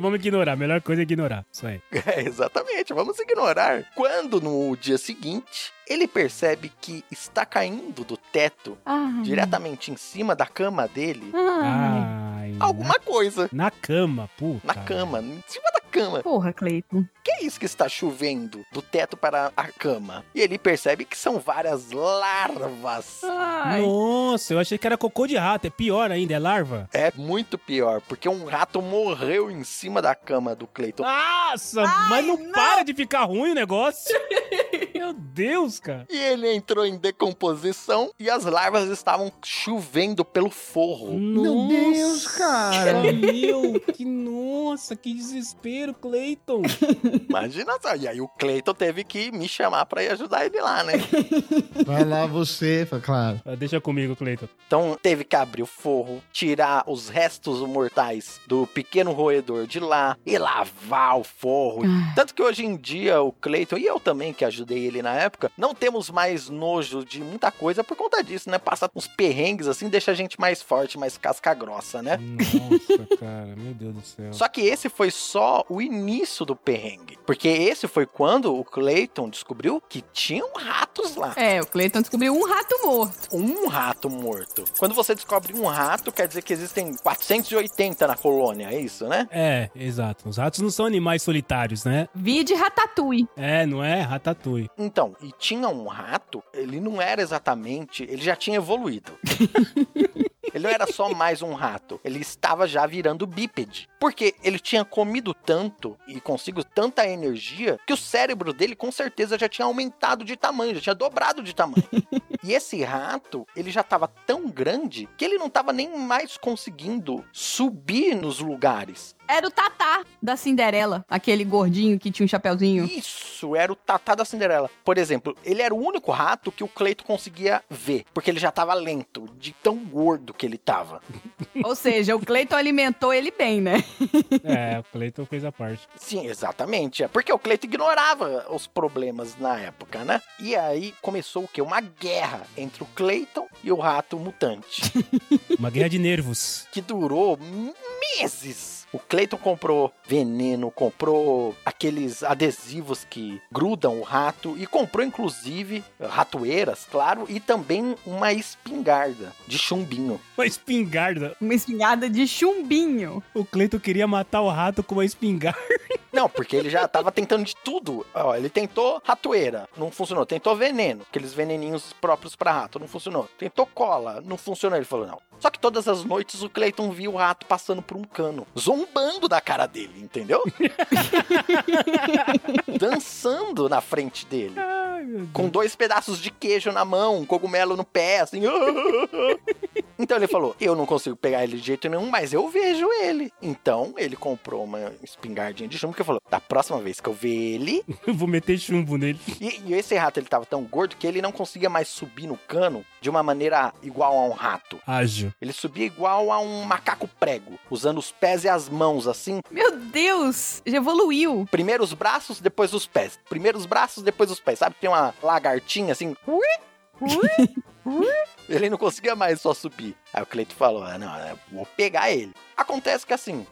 A: Vamos ignorar, melhor coisa é ignorar. Isso aí.
D: É, exatamente, vamos ignorar. Quando no dia seguinte, ele percebe que está caindo do teto,
B: Ai.
D: diretamente em cima da cama
B: Uhum.
D: dele,
A: Ah.
B: Ai.
A: Ai.
D: alguma coisa.
A: Na, na cama, puta.
D: Na cama, em cima da cama.
B: Porra, Cleiton.
D: Que é isso que está chovendo do teto para a cama? E ele percebe que são várias larvas.
B: Ai.
A: Nossa, eu achei que era cocô de rato. É pior ainda, é larva.
D: É muito pior, porque um rato morreu em cima da cama do Cleiton.
A: Nossa, mas não, para de ficar ruim o negócio. Meu Deus, cara.
D: E ele entrou em decomposição e as larvas estavam chovendo pelo forro.
A: Nossa,
C: Deus, cara.
A: Meu, que nossa, que desespero, Cleiton.
D: Imagina só. E aí o Cleiton teve que me chamar pra ir ajudar ele lá, né?
C: Vai lá você, fa- claro.
A: Ah, Deixa comigo, Cleiton.
D: Então teve que abrir o forro, tirar os restos mortais do pequeno roedor de lá e lavar o forro. Tanto que hoje em dia o Cleiton e eu também, que ajudei ele na época, não temos mais nojo de muita coisa por conta disso, né? Passar uns perrengues assim deixa a gente mais forte, mais casca grossa,
C: É.
D: né?
A: Nossa, cara, meu Deus do céu.
D: Só que esse foi só o início do perrengue. Porque esse foi quando o Clayton descobriu que tinham ratos lá.
B: É, o Cleiton descobriu um rato morto.
D: Um rato morto. Quando você descobre um rato, quer dizer que existem 480 na colônia, é isso, né?
A: É, exato. Os ratos não são animais solitários, né?
B: Vi de ratatouille.
A: É, não é? Ratatouille.
D: Então, e tinha um rato, ele não era exatamente. Ele já tinha evoluído. ele não era só mais um rato. Ele estava já virando bípede. Porque ele tinha comido tanto e consigo tanta energia que o cérebro dele com certeza já tinha aumentado de tamanho, já tinha dobrado de tamanho. e esse rato, ele já estava tão grande que ele não estava nem mais conseguindo subir nos lugares.
B: Era o Tatá da Cinderela, aquele gordinho que tinha um chapéuzinho.
D: Isso, era o Tatá da Cinderela. Por exemplo, ele era o único rato que o Cleito conseguia ver, porque ele já tava lento, de tão gordo que ele tava.
B: Ou seja, o Cleiton alimentou ele bem, né?
A: É, o Cleiton fez a parte.
D: Sim, exatamente. É porque o Cleito ignorava os problemas na época, né? E aí começou o quê? Uma guerra entre o Cleiton e o rato mutante,
A: Uma guerra de nervos.
D: que durou meses. O Cleiton comprou veneno, comprou aqueles adesivos que grudam o rato e comprou inclusive ratoeiras, claro, e também uma espingarda de chumbinho.
A: Uma espingarda.
B: Uma espingarda de chumbinho.
A: O Cleiton queria matar o rato com uma espingarda.
D: Não, porque ele já tava tentando de tudo. Ó, ele tentou ratoeira, não funcionou. Tentou veneno, aqueles veneninhos próprios pra rato, não funcionou. Tentou cola, não funcionou. Ele falou, não. Só que todas as noites o Cleiton via o rato passando por um cano, zombando da cara dele, entendeu? Dançando na frente dele. Com dois pedaços de queijo na mão, um cogumelo no pé, assim. Então ele falou: Eu não consigo pegar ele de jeito nenhum, mas eu vejo ele. Então ele comprou uma espingardinha de chumbo que falou: Da próxima vez que eu ver ele.
A: Eu vou meter chumbo nele.
D: E, e esse rato ele tava tão gordo que ele não conseguia mais subir no cano de uma maneira igual a um rato.
A: Ágil.
D: Ele subia igual a um macaco prego, usando os pés e as mãos assim.
B: Meu Deus, já evoluiu.
D: Primeiro os braços, depois os pés. Primeiro os braços, depois os pés. Sabe, tem uma lagartinha assim. ui, ui, ui. Ele não conseguia mais só subir. Aí o Cleito falou: ah, não, eu vou pegar ele. Acontece que assim,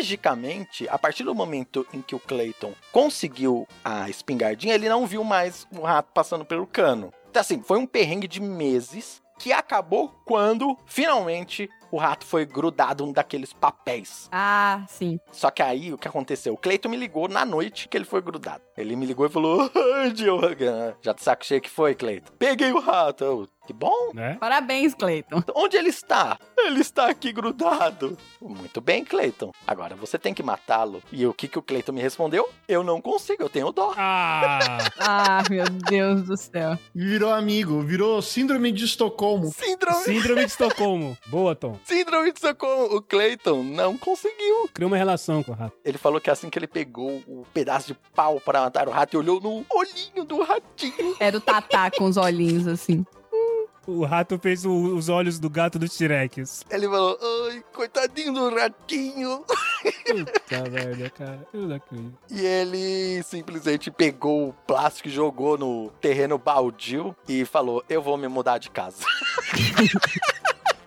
D: magicamente, a partir do momento em que o Clayton conseguiu a espingardinha, ele não viu mais o rato passando pelo cano. Então assim, foi um perrengue de meses que acabou quando, finalmente, o rato foi grudado num daqueles papéis.
B: Ah, sim.
D: Só que aí o que aconteceu? O Cleiton me ligou na noite que ele foi grudado. Ele me ligou e falou: "Ai, Diogan, já te saco cheio que foi, Cleiton. Peguei o rato. Eu, que bom.
A: Né?
B: Parabéns, Cleiton.
D: Onde ele está? Ele está aqui grudado. Muito bem, Cleiton. Agora você tem que matá-lo. E o que, que o Cleiton me respondeu? Eu não consigo, eu tenho dó.
A: Ah!
B: Ah, meu Deus do céu.
C: Virou amigo, virou síndrome de Estocolmo.
D: Síndrome,
A: Síndrome de Estocolmo. Boa, Tom.
D: síndrome de socorro. O Cleiton não conseguiu.
A: Criou uma relação com o rato.
D: Ele falou que assim que ele pegou o pedaço de pau para matar o rato e olhou no olhinho do ratinho.
B: Era o Tatá com os olhinhos assim.
A: O rato fez o- os olhos do gato do T-Rex.
D: Ele falou: "Ai, coitadinho do ratinho".
A: Puta merda, cara. Eu não acredito.
D: E ele simplesmente pegou o plástico e jogou no terreno baldio e falou: Eu vou me mudar de casa.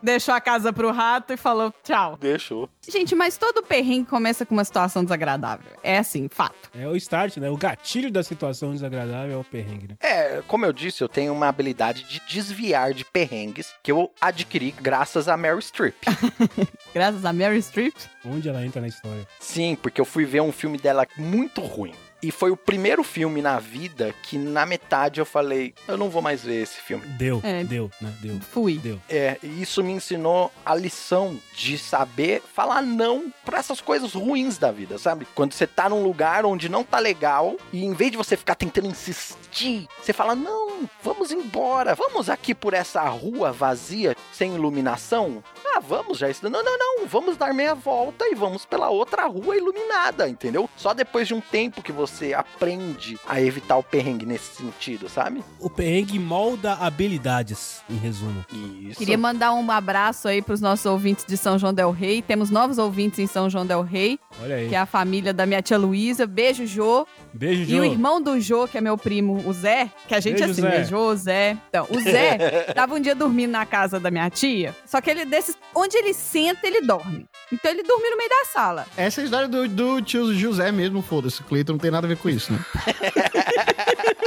B: Deixou a casa pro rato e falou tchau.
D: Deixou.
B: Gente, mas todo perrengue começa com uma situação desagradável. É assim, fato.
A: É o start, né? O gatilho da situação desagradável é o perrengue, né?
D: É, como eu disse, eu tenho uma habilidade de desviar de perrengues que eu adquiri graças a Mary Streep.
B: Graças a Mary Streep.
A: Onde ela entra na história?
D: Sim, porque eu fui ver um filme dela muito ruim. E foi o primeiro filme na vida que na metade eu falei: Eu não vou mais ver esse filme.
A: Deu,
B: É.
A: deu, né? Deu.
B: Fui.
A: Deu.
D: É, e isso me ensinou a lição de saber falar não pra essas coisas ruins da vida, sabe? Quando você tá num lugar onde não tá legal e em vez de você ficar tentando insistir, você fala: "Não, vamos embora. Vamos aqui por essa rua vazia, sem iluminação?" Ah, vamos já. isso- Não, não, não. Vamos dar meia volta e vamos pela outra rua iluminada, entendeu? Só depois de um tempo que você aprende a evitar o perrengue nesse sentido, sabe?
A: O perrengue molda habilidades, em resumo.
D: Isso.
B: Queria mandar um abraço aí pros nossos ouvintes de São João del Rei. Temos novos ouvintes em São João del Rei,
A: Olha aí.
B: que é a família da minha tia Luísa. Beijo, Jô.
A: Beijo,
B: E o
A: João.
B: irmão do Jô, que é meu primo, o Zé, que a gente
A: Beijo,
B: assim,
A: Zé.
B: né? Jô, Zé. Então, o Zé tava um dia dormindo na casa da minha tia, só que ele desses. Onde ele senta, ele dorme. Então ele dormiu no meio da sala.
C: Essa é a história do, do tio José mesmo, foda-se. O Cleiton não tem nada a ver com isso, né?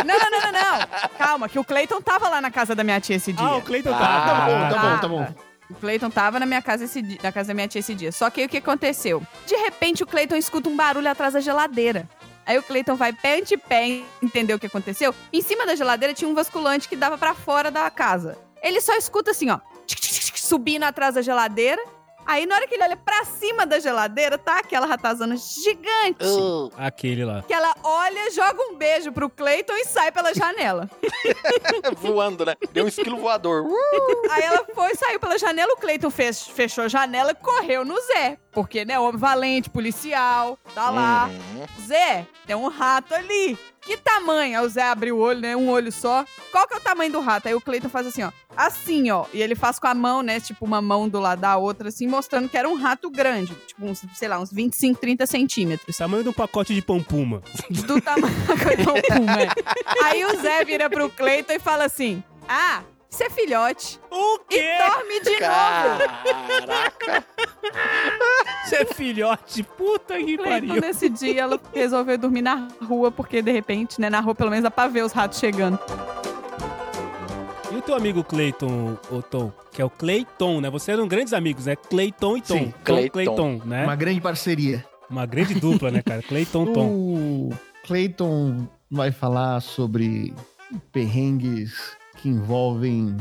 B: Não, não, não, não, não. Calma, que o Cleiton tava lá na casa da minha tia esse dia.
A: Ah, o Cleiton
D: Ah,
A: tá.
C: tá bom,
A: tá.
C: tá bom, tá bom.
B: O Cleiton tava na minha casa esse dia, na casa da minha tia esse dia. Só que aí o que aconteceu? De repente o Cleiton escuta um barulho atrás da geladeira. Aí o Cleiton vai pé ante pé entender o que aconteceu. Em cima da geladeira tinha um vasculante que dava pra fora da casa. Ele só escuta assim, ó, tic, tic, tic, tic, subindo atrás da geladeira. Aí na hora que ele olha pra cima da geladeira, tá aquela ratazana gigante.
D: Ah.
A: Aquele lá.
B: Que ela olha, joga um beijo pro Cleiton e sai pela janela.
D: voando, né? Deu um esquilo voador.
B: Aí ela foi Depois saiu pela janela, o Cleiton fez- fechou a janela, correu no Zé. Porque, né, homem valente, policial, tá lá.
D: Uhum.
B: Zé, tem um rato ali. Que tamanho? Aí o Zé abriu o olho, né? Um olho só. Qual que é o tamanho do rato? Aí o Cleiton faz assim, ó. Assim, ó. E ele faz com a mão, né? Tipo, uma mão do lado da outra, assim, mostrando que era um rato grande. Tipo, uns, sei lá, uns 25, 30 centímetros.
A: O tamanho de um pacote de pompuma.
B: Do tamanho do pum, né? Aí o Zé vira pro Cleiton e fala assim: Ah, você é filhote.
A: O
B: E
A: quê?
B: dorme de novo.
D: Caraca.
A: Você é filhote, puta que
B: Cleiton,
A: pariu.
B: nesse dia, ela resolveu dormir na rua, porque de repente, né, na rua pelo menos dá pra ver os ratos chegando.
A: E o teu amigo Cleiton, ô Tom? Que é o Cleiton, né? Vocês eram grandes amigos, né? Cleiton e Tom.
C: Sim,
A: Tom
D: Cleiton.
A: Cleiton, né?
C: Uma grande parceria.
A: Uma grande dupla, né, cara? Cleiton, Tom.
C: O Clayton vai falar sobre perrengues que envolvem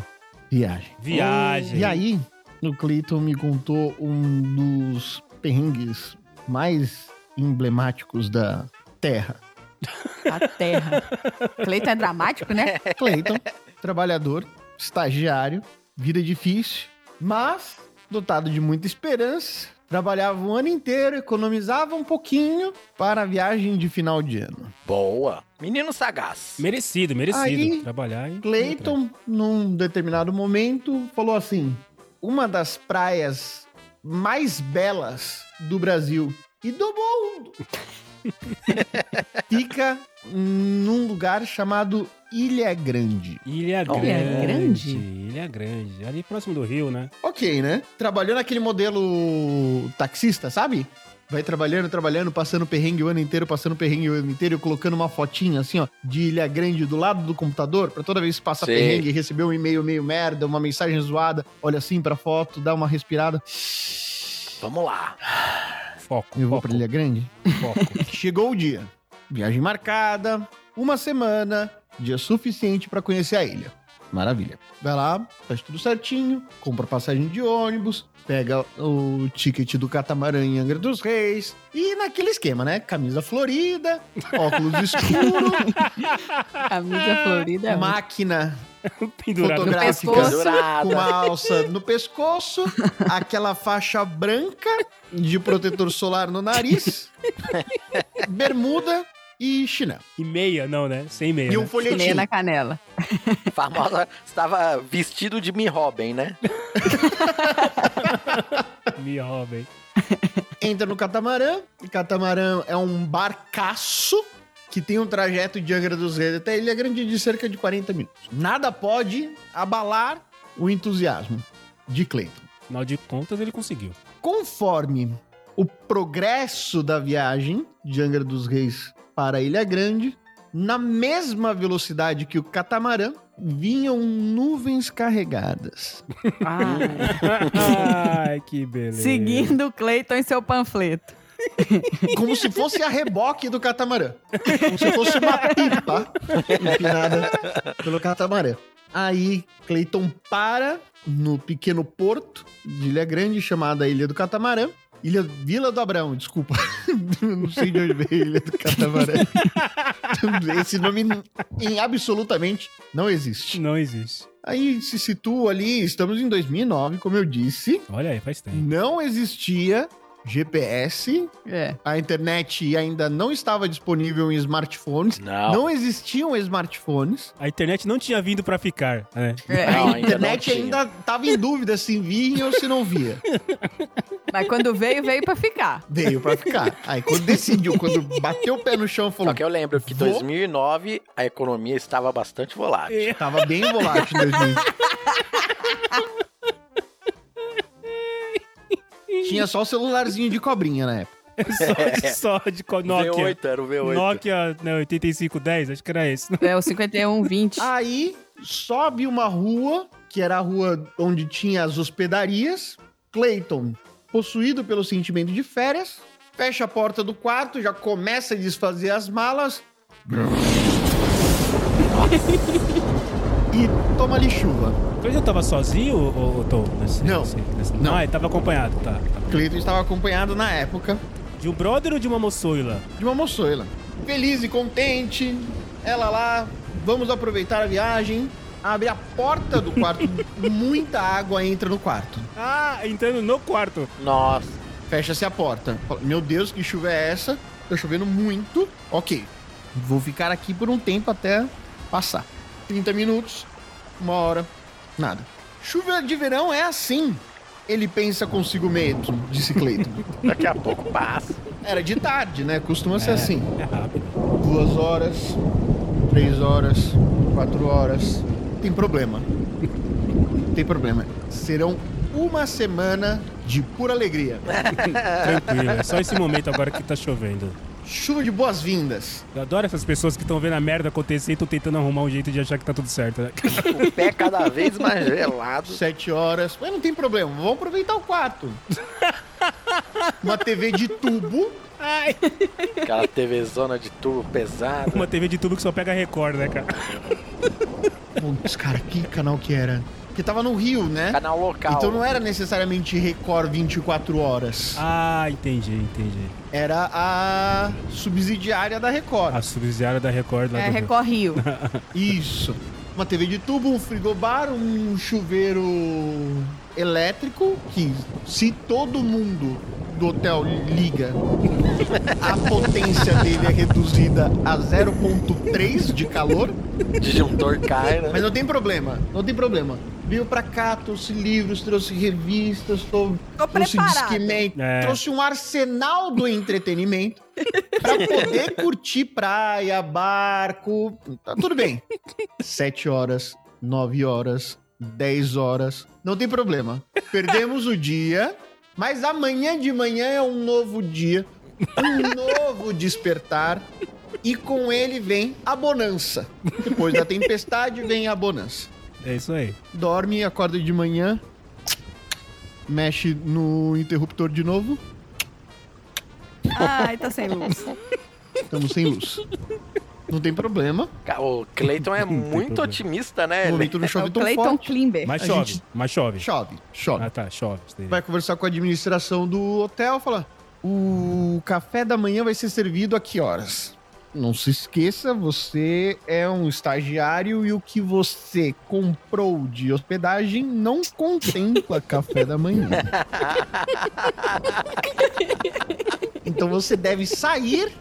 C: viagem.
A: Viagem.
C: Oh, E aí, o Clayton me contou um dos perrengues mais emblemáticos da Terra.
B: A terra. Cleiton é dramático, né?
C: Clayton, trabalhador, estagiário, vida difícil, mas dotado de muita esperança. Trabalhava o ano inteiro, economizava um pouquinho para a viagem de final de ano.
D: Boa. Menino sagaz.
A: Merecido, merecido.
C: Aí,
A: Trabalhar e...
C: Clayton, num determinado momento, falou assim: uma das praias mais belas do Brasil e do mundo fica num lugar chamado Ilha Grande.
A: Ilha Grande.
B: Oh, Ilha Grande?
A: Ilha Grande. Ali próximo do Rio, né?
C: Ok, né? Trabalhou naquele modelo taxista, sabe? Vai trabalhando, trabalhando, passando perrengue o ano inteiro, passando perrengue o ano inteiro, colocando uma fotinha assim, ó, de Ilha Grande do lado do computador, pra toda vez que passa
D: Sei.
C: perrengue, receber um e-mail meio merda, uma mensagem zoada, olha assim pra foto, dá uma respirada.
D: Vamos lá.
A: Foco,
C: Eu vou
A: foco,
C: pra Ilha Grande?
A: foco.
C: Chegou o dia. Viagem marcada, uma semana, dia suficiente pra conhecer a ilha. Maravilha. Vai lá, faz tudo certinho, compra passagem de ônibus, pega o ticket do catamarã em Angra dos Reis e naquele esquema, né? Camisa florida, óculos escuro,
B: Camisa florida. é muito-
C: máquina
A: Pendurado.
B: Fotografia.
C: fotográfica
B: pescoço.
C: com
D: Dourada.
C: uma alça no pescoço, aquela faixa branca de protetor solar no nariz, bermuda e chinelo.
A: E meia, não, né? Sem meia.
C: E
A: né?
C: um
B: Meia
C: folhetinho.
B: na canela.
D: Famosa. Estava vestido de Mi Robin, né?
A: Me roubem.
C: entra no catamarã. O catamarã é um barcaço que tem um trajeto de Angra dos Reis até Ilha Grande de cerca de 40 minutos. Nada pode abalar o entusiasmo de Cleiton.
A: Afinal de contas, ele conseguiu.
C: Conforme o progresso da viagem de Angra dos Reis para Ilha Grande, na mesma velocidade que o catamarã, vinham nuvens carregadas.
A: Ai, que beleza.
B: Ah, Seguindo o Cleiton em seu panfleto.
C: Como se fosse a reboque do catamarã. Como se fosse uma pipa empinada pelo catamarã. Aí, Cleiton para no pequeno porto de Ilha Grande, chamada Ilha do Catamarã. Ilha Vila do Abrão, desculpa. Eu Não sei de onde veio a Ilha do Catamarã. Esse nome em absolutamente não existe.
A: Não existe.
C: Aí se situa ali, estamos em 2009, como eu disse.
A: Olha aí, faz tempo.
C: Não existia GPS,
B: É.
C: a internet ainda não estava disponível em smartphones.
D: Não.
C: Não existiam smartphones.
A: A internet não tinha vindo pra ficar, né?
B: É.
D: Não,
C: a
D: ainda
C: internet
D: não tinha.
C: ainda estava em dúvida se vinha ou se não via.
B: Mas quando veio, veio pra ficar.
C: Veio pra ficar. Aí quando decidiu, quando bateu o pé no chão, falou
D: Só que eu lembro que em
C: Vou-
D: 2009 a economia estava bastante volátil.
A: É.
C: Tava bem volátil em 2000. Tinha só o celularzinho de cobrinha na época.
A: Só, só de co- Nokia.
D: V8, era o V8.
A: Nokia né, 8510, acho que era esse.
B: É o 5120.
C: Aí sobe uma rua, que era a rua onde tinha as hospedarias. Clayton, possuído pelo sentimento de férias, fecha a porta do quarto, já começa a desfazer as malas. e toma ali chuva.
A: Então já tava sozinho, ô, ô, Tom? Nesse,
C: Não.
A: nesse- nesse-
C: Não.
A: Ah, ele tava acompanhado, tá. tá.
C: Clayton estava acompanhado na época
A: De um brother ou de uma moçoila?
C: de uma moçoila. Feliz e contente, ela lá, vamos aproveitar a viagem. abre a porta do quarto, muita água entra no quarto.
A: Ah, entrando no quarto.
D: Nossa.
C: Fecha-se a porta. Fala, Meu Deus, que chuva é essa? Tá chovendo muito. Ok, vou ficar aqui por um tempo até passar. 30 minutos, uma hora, nada. Chuva de verão é assim. Ele pensa consigo mesmo, disse Cleiton.
D: Daqui a pouco passa.
C: Era de tarde, né? Costuma ser assim.
A: É rápido.
C: Duas horas, três horas, quatro horas. Tem problema. Tem problema. Serão uma semana de pura alegria.
A: Tranquilo. É só esse momento agora que tá chovendo.
C: Chuva de boas-vindas.
A: Eu adoro essas pessoas que estão vendo a merda acontecer e estão tentando arrumar um jeito de achar que tá tudo certo. né?
D: O pé cada vez mais gelado.
C: Sete horas. Mas não tem problema. Vamos aproveitar o quarto. Uma TV de tubo.
A: Ai.
D: Aquela TVzona de tubo pesada.
A: Uma TV de tubo que só pega Record, né, cara?
C: Putz, cara, que canal que era? Porque tava no Rio, né?
D: Canal local.
C: Então não era necessariamente Record 24 horas.
A: Ah, entendi, entendi.
C: Era a subsidiária da Record.
A: A subsidiária da Record lá
B: É,
A: do Rio.
B: Record Rio.
C: Isso. Uma TV de tubo, um frigobar, um chuveiro elétrico que se todo mundo do hotel liga, a potência dele é reduzida a 0.3 de calor,
D: Disjuntor cai, né?
C: mas não tem problema, não tem problema. Veio pra cá, trouxe livros, trouxe revistas, tô,
B: Tô
C: trouxe
B: preparado.
C: disquimento,
A: É.
C: trouxe um arsenal do entretenimento pra poder curtir praia, barco. Tá tudo bem. Sete horas, nove horas, dez horas. Não tem problema. Perdemos o dia, mas amanhã de manhã é um novo dia, um novo despertar. E com ele vem a bonança. Depois da tempestade vem a bonança
A: É isso aí.
C: dorme, acorda de manhã, mexe no interruptor de novo,
B: Ai, tá sem luz.
C: estamos sem luz. Não tem problema,
D: Ca- O Clayton é
A: tem
D: muito
A: problema.
D: otimista, né?
C: no
D: Ele-
C: momento não
B: É
C: chove
B: o
C: tão
B: Clayton
C: forte.
B: Klimber.
A: Mas
C: A
A: chove,
C: gente-
A: mas chove.
C: Chove, chove.
A: Ah, tá, chove. isso daí.
C: Vai conversar com a administração do hotel, fala, o café da manhã vai ser servido a que horas? Não se esqueça, você é um estagiário e o que você comprou de hospedagem não contempla café da manhã. então você deve sair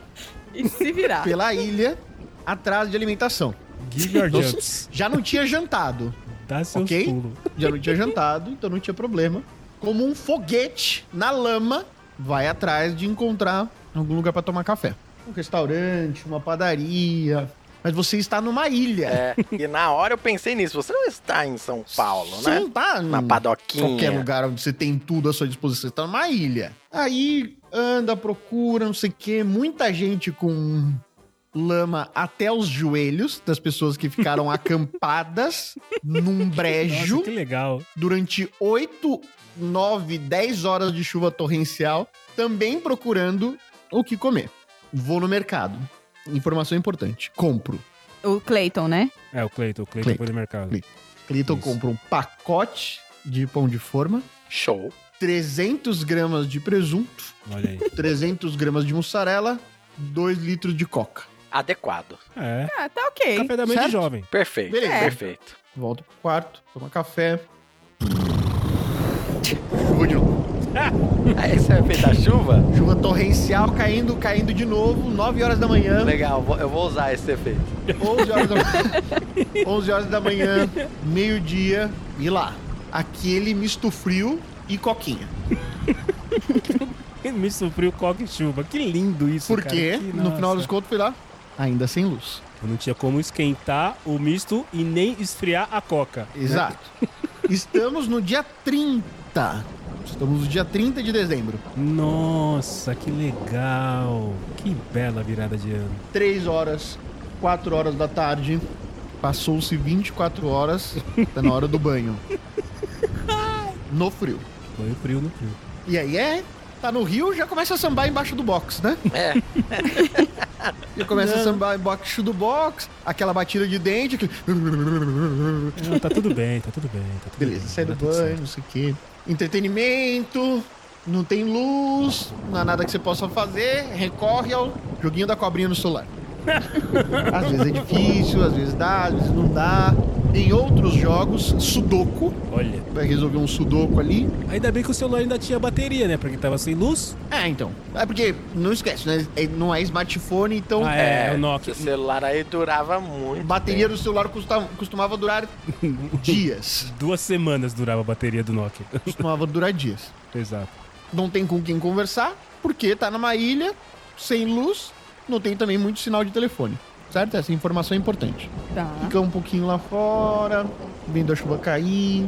B: E se virar.
C: pela ilha atrás de alimentação.
A: Give your
C: Nossa.
A: jumps.
C: Já não tinha jantado.
A: Dá seus
C: Ok?
A: pulos.
C: Já não tinha jantado, então não tinha problema. Como um foguete na lama, vai atrás de encontrar algum lugar pra tomar café. Um restaurante, uma padaria. Mas você está numa ilha.
D: É, e na hora eu pensei nisso. Você não está em São Paulo,
C: você
D: né?
C: não tá
D: Na
C: em
D: padoquinha.
C: qualquer lugar onde você tem tudo à sua disposição. Você tá numa ilha. Aí anda, procura, não sei o quê. Muita gente com lama até os joelhos das pessoas que ficaram acampadas num brejo.
A: Nossa, que legal.
C: durante 8, 9, 10 horas de chuva torrencial, também procurando o que comer. Vou no mercado. Informação importante. Compro.
B: O Clayton, né?
A: É, o Cleiton, o Cleiton
C: Cleiton,
A: foi do mercado.
C: Cleiton. Cleiton
A: Isso.
C: compra um pacote de pão de forma,
D: Show.
C: 300 gramas de presunto,
A: Olha aí.
C: 300 gramas de mussarela, 2 litros de coca.
D: Adequado.
A: É.
B: Ah, tá ok.
A: Café da manhã de
C: Certo?
A: jovem.
D: Perfeito.
C: Beleza.
B: É.
D: Perfeito.
C: Volto pro quarto, toma café. Chuva de novo.
D: Aí você vai feito a chuva?
C: Chuva torrencial caindo, caindo de novo, 9 horas da manhã.
D: Legal, vou- eu vou usar esse efeito.
C: 11 horas da manhã, 11 horas da manhã meio-dia, e lá. Aquele misto frio e coquinha.
A: Me sofreu coque e chuva. Que lindo isso, cara.
C: Porque,
A: Que-
C: no final dos
A: nossa.
C: contos, foi lá, ainda sem luz.
A: Não tinha como esquentar o misto e nem esfriar a coca.
C: Exato.
A: É.
C: Estamos no dia 30. Estamos no dia 30 de dezembro.
A: Nossa, que legal. Que bela virada de ano.
C: 3 horas, 4 horas da tarde. Passou-se 24 horas, tá na hora do banho. No frio.
A: Foi frio no frio.
C: E aí é, tá no Rio, já começa a sambar embaixo do box, né?
D: É.
C: Já começa a sambar embaixo do box, aquela batida de dente, aquele...
A: Não, tá tudo bem, tá tudo bem. Tá tudo
C: Beleza,
A: bem,
C: sai do
A: tá tudo
C: banho,
A: certo.
C: não sei o quê. Entretenimento, não tem luz, não há nada que você possa fazer, recorre ao joguinho da cobrinha no celular. Às vezes é difícil, às vezes dá, às vezes não dá. Em outros jogos, Sudoku.
A: Olha.
C: Vai resolver um Sudoku ali.
A: Ainda bem que o celular ainda tinha bateria, né? Porque tava sem luz.
C: É, então. É porque, não esquece, né? É- Não é smartphone, então.
A: Ah, é, o Nokia.
D: O celular aí durava muito.
C: Bateria do celular custava- costumava durar dias.
A: Duas semanas durava a bateria do Nokia.
C: Costumava durar dias.
A: Exato.
C: Não tem com quem conversar, porque tá numa ilha, sem luz, não tem também muito sinal de telefone. Certo? Essa informação é importante.
B: Tá.
C: Fica um pouquinho lá fora, vendo a chuva cair.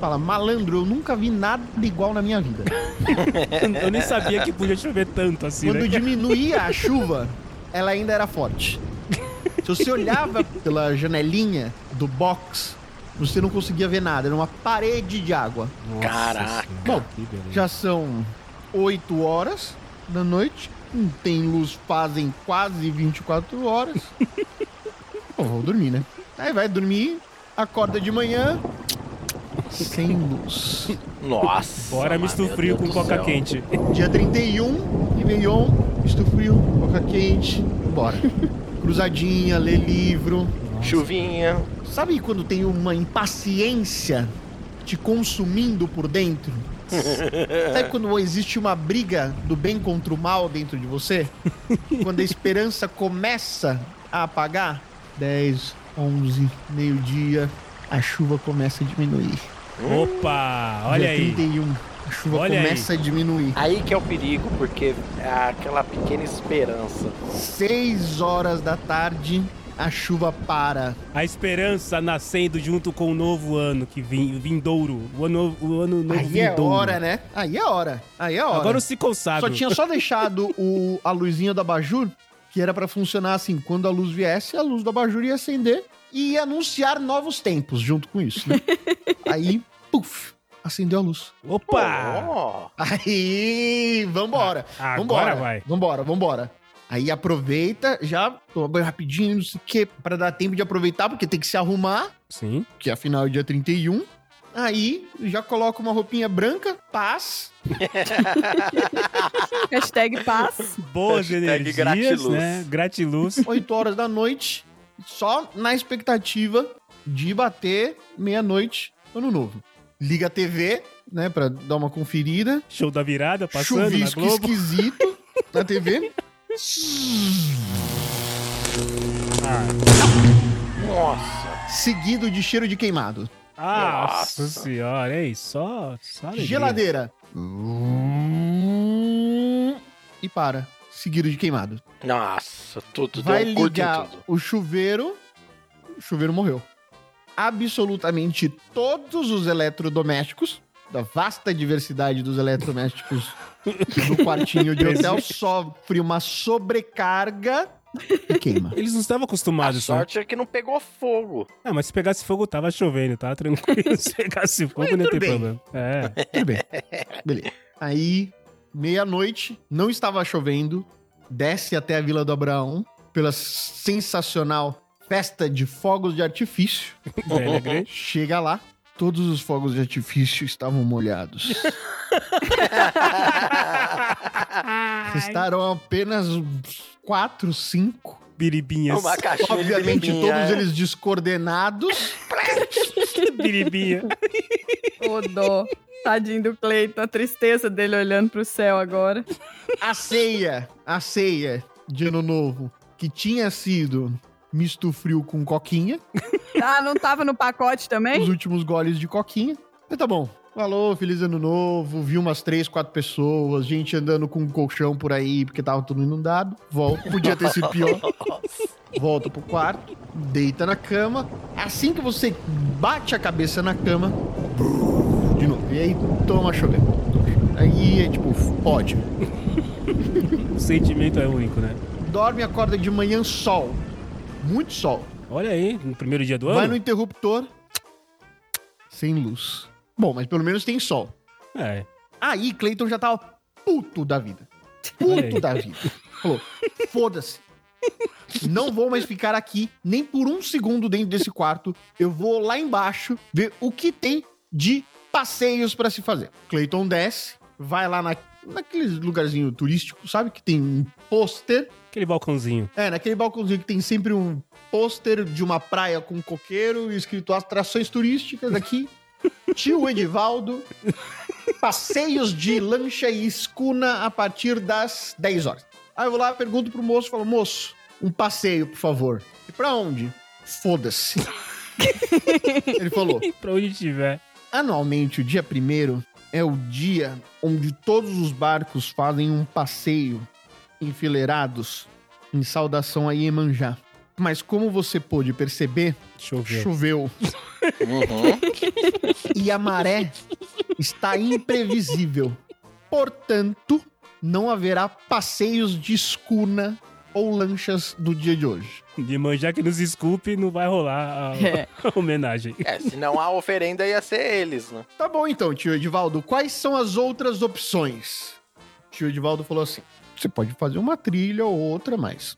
C: Fala, malandro, eu nunca vi nada igual na minha vida.
A: Eu nem sabia que podia chover tanto assim,
C: Quando
A: né?
C: diminuía a chuva, ela ainda era forte. Se você olhava pela janelinha do box, você não conseguia ver nada, era uma parede de água.
A: Nossa
D: Caraca.
A: Senhora,
C: Bom,
A: que beleza.
C: Já são 8 horas da noite, não tem luz fazem quase 24 horas. Bom, vou dormir, né? Aí vai dormir, acorda de manhã, sem luz.
D: Nossa.
A: Bora
D: mano,
A: misto
D: Ah, meu
A: frio
D: Deus
A: com
D: do
A: coca
D: céu.
A: quente.
C: Dia 31, Réveillon, misto frio, coca quente, bora. Cruzadinha, lê livro.
D: Chuvinha.
C: Sabe quando tem uma impaciência te consumindo por dentro? Sabe quando existe uma briga do bem contra o mal dentro de você? Quando a esperança começa a apagar? 10, 11, meio-dia, a chuva começa a diminuir.
D: Hum?
A: Opa, olha
C: Dia
A: aí.
C: 31, a chuva
A: Olha aí.
C: começa a diminuir.
D: Aí que é o perigo, porque é aquela pequena esperança.
C: 6 horas da tarde, a chuva para.
A: A esperança nascendo junto com o novo ano que vim, vindouro. O ano, o ano novo
C: Aí é
A: vindouro.
C: hora, né? Aí é hora. Aí é hora.
A: Agora eu se consagro.
C: Só tinha só deixado o- a luzinha do abajur, que era pra funcionar assim, quando a luz viesse, a luz do abajur ia acender e ia anunciar novos tempos junto com isso, né? Aí, puf, acendeu a luz.
A: Opa!
D: Ó,
C: Aí, vambora.
A: Ah, Agora
C: vambora,
A: vai.
C: Vambora, vambora. Aí aproveita, já toma banho rapidinho, não sei o quê, pra dar tempo de aproveitar, porque tem que se arrumar,
A: Sim.
C: que afinal é dia 31. Aí, já coloca uma roupinha branca, paz,
B: Hashtag paz.
A: Boas
D: Hashtag
A: energias,
D: gratiluz.
A: né? Gratiluz.
C: 8 horas da noite, só na expectativa de bater meia-noite, ano novo. Liga a TV, né, pra dar uma conferida.
A: Show da virada passando
C: Chuvisco
A: na Globo.
C: esquisito na TV.
D: nossa.
C: Seguido de cheiro de queimado.
A: Ah, Nossa.
D: Nossa.
A: senhora, ei, só, só alegria.
C: Geladeira. E para. Seguido de queimado.
D: Nossa, tudo
C: Vai
D: deu um curto em
C: ligar
D: tudo.
C: o chuveiro. O chuveiro morreu. Absolutamente todos os eletrodomésticos, da vasta diversidade dos eletrodomésticos do quartinho de hotel, sofre uma sobrecarga e queima.
A: Eles não estavam
D: A
A: acostumados, né?
D: sorte é que não pegou fogo.
A: Ah, mas se pegasse fogo, tava chovendo, tá? Tranquilo. se pegasse fogo, não ia ter
C: tudo bem.
A: problema. É.
C: Tudo bem. Beleza. Aí, meia-noite, não estava chovendo, desce até a Vila do Abraão pela sensacional festa de fogos de artifício.
A: Velha é grande.
C: Chega lá, todos os fogos de artifício estavam molhados. Restaram apenas uns quatro, cinco.
A: Biribinhas.
D: Uma caixinha
C: Obviamente,
D: de é.
C: todos
D: menininha.
C: eles descoordenados.
A: Biribinha.
B: Ô, dó. Tadinho do Cleiton, a tristeza dele olhando pro céu agora.
C: A ceia, a ceia de ano novo, que tinha sido misto frio com coquinha,
B: Ah, não tava no pacote
C: os
B: também?
C: últimos goles de coquinha. Mas tá bom. Falou, feliz ano novo. Vi umas três, quatro pessoas, gente andando com um colchão por aí, porque tava tudo inundado. Volta. Podia ter sido pior. Volta pro quarto, deita na cama. Assim que você bate a cabeça na cama, brrr, de novo. E aí toma chover. Aí é tipo, pode.
A: O sentimento é único, né?
C: Dorme, acorda de manhã, sol. Muito sol.
A: Olha aí, no primeiro dia do
C: Vai no
A: ano.
C: interruptor, sem luz. Bom, mas pelo menos tem sol.
A: É.
C: Aí Clayton já tava puto da vida.
A: Olha aí.
C: Puto da vida. Falou: foda-se. Não vou mais ficar aqui nem por um segundo dentro desse quarto. Eu vou lá embaixo ver o que tem de passeios pra se fazer. Clayton desce, vai lá na, naquele lugarzinho turístico, sabe? Que tem um pôster.
A: Aquele balcãozinho.
C: É, naquele balcãozinho que tem sempre um pôster de uma praia com um coqueiro e escrito atrações turísticas aqui. Tio Edivaldo, passeios de lancha e escuna a partir das 10 horas. Aí eu vou lá, pergunto pro moço, falo, moço, um passeio, por favor. E pra onde? Foda-se. Ele falou,
A: Pra onde tiver.
C: Anualmente, o dia primeiro é o dia onde todos os barcos fazem um passeio enfileirados em saudação a Iemanjá. Mas como você pôde perceber,
A: Choveu.
C: choveu
D: Uhum.
C: e a maré está imprevisível. Portanto, não haverá passeios de escuna ou lanchas do dia de hoje.
A: De manjar que nos esculpe, não vai rolar a,
B: É.
A: a homenagem.
D: É, senão a oferenda ia ser eles, né?
C: Tá bom então, tio Edivaldo. Quais são as outras opções? Tio Edivaldo falou assim: você pode fazer uma trilha ou outra, mas.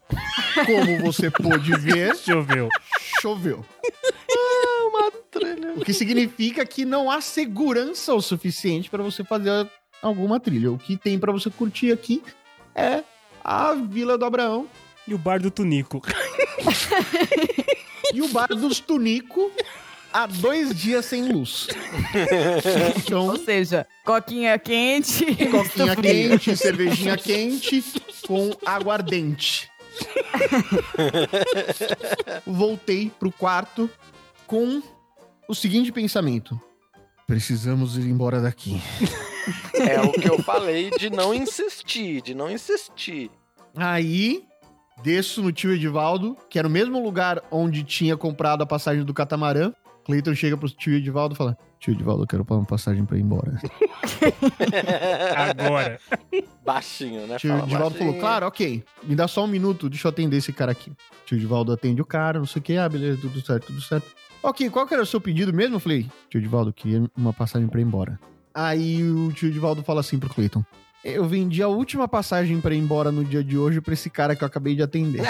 C: Como você pôde ver,
A: Choveu.
C: choveu. O que significa que não há segurança o suficiente para você fazer alguma trilha. O que tem para você curtir aqui é a Vila do Abraão
A: E o bar do Tunico.
C: e o Bar dos Tunico há dois dias sem luz. Então,
B: Ou seja, coquinha quente.
C: Coquinha quente, cervejinha quente com aguardente. Voltei pro quarto com o seguinte pensamento: precisamos ir embora daqui.
D: É o que eu falei de não insistir, de não insistir.
C: Aí desço no tio Edivaldo, que era o mesmo lugar onde tinha comprado a passagem do catamarã. Cleiton chega pro tio Edivaldo e fala: Tio Edivaldo, eu quero pagar uma passagem pra ir embora.
A: Agora.
D: Baixinho, né?
C: Tio
D: Fala
C: Divaldo
D: baixinho.
C: falou, claro, ok, me dá só um minuto, deixa eu atender esse cara aqui. Tio Divaldo atende o cara, não sei o que, ah, beleza, tudo certo, tudo certo. Ok, qual que era o seu pedido mesmo? Eu falei, tio Divaldo, eu queria uma passagem pra ir embora. Aí o tio Divaldo fala assim pro Cleiton, eu vendi a última passagem pra ir embora no dia de hoje pra esse cara que eu acabei de atender.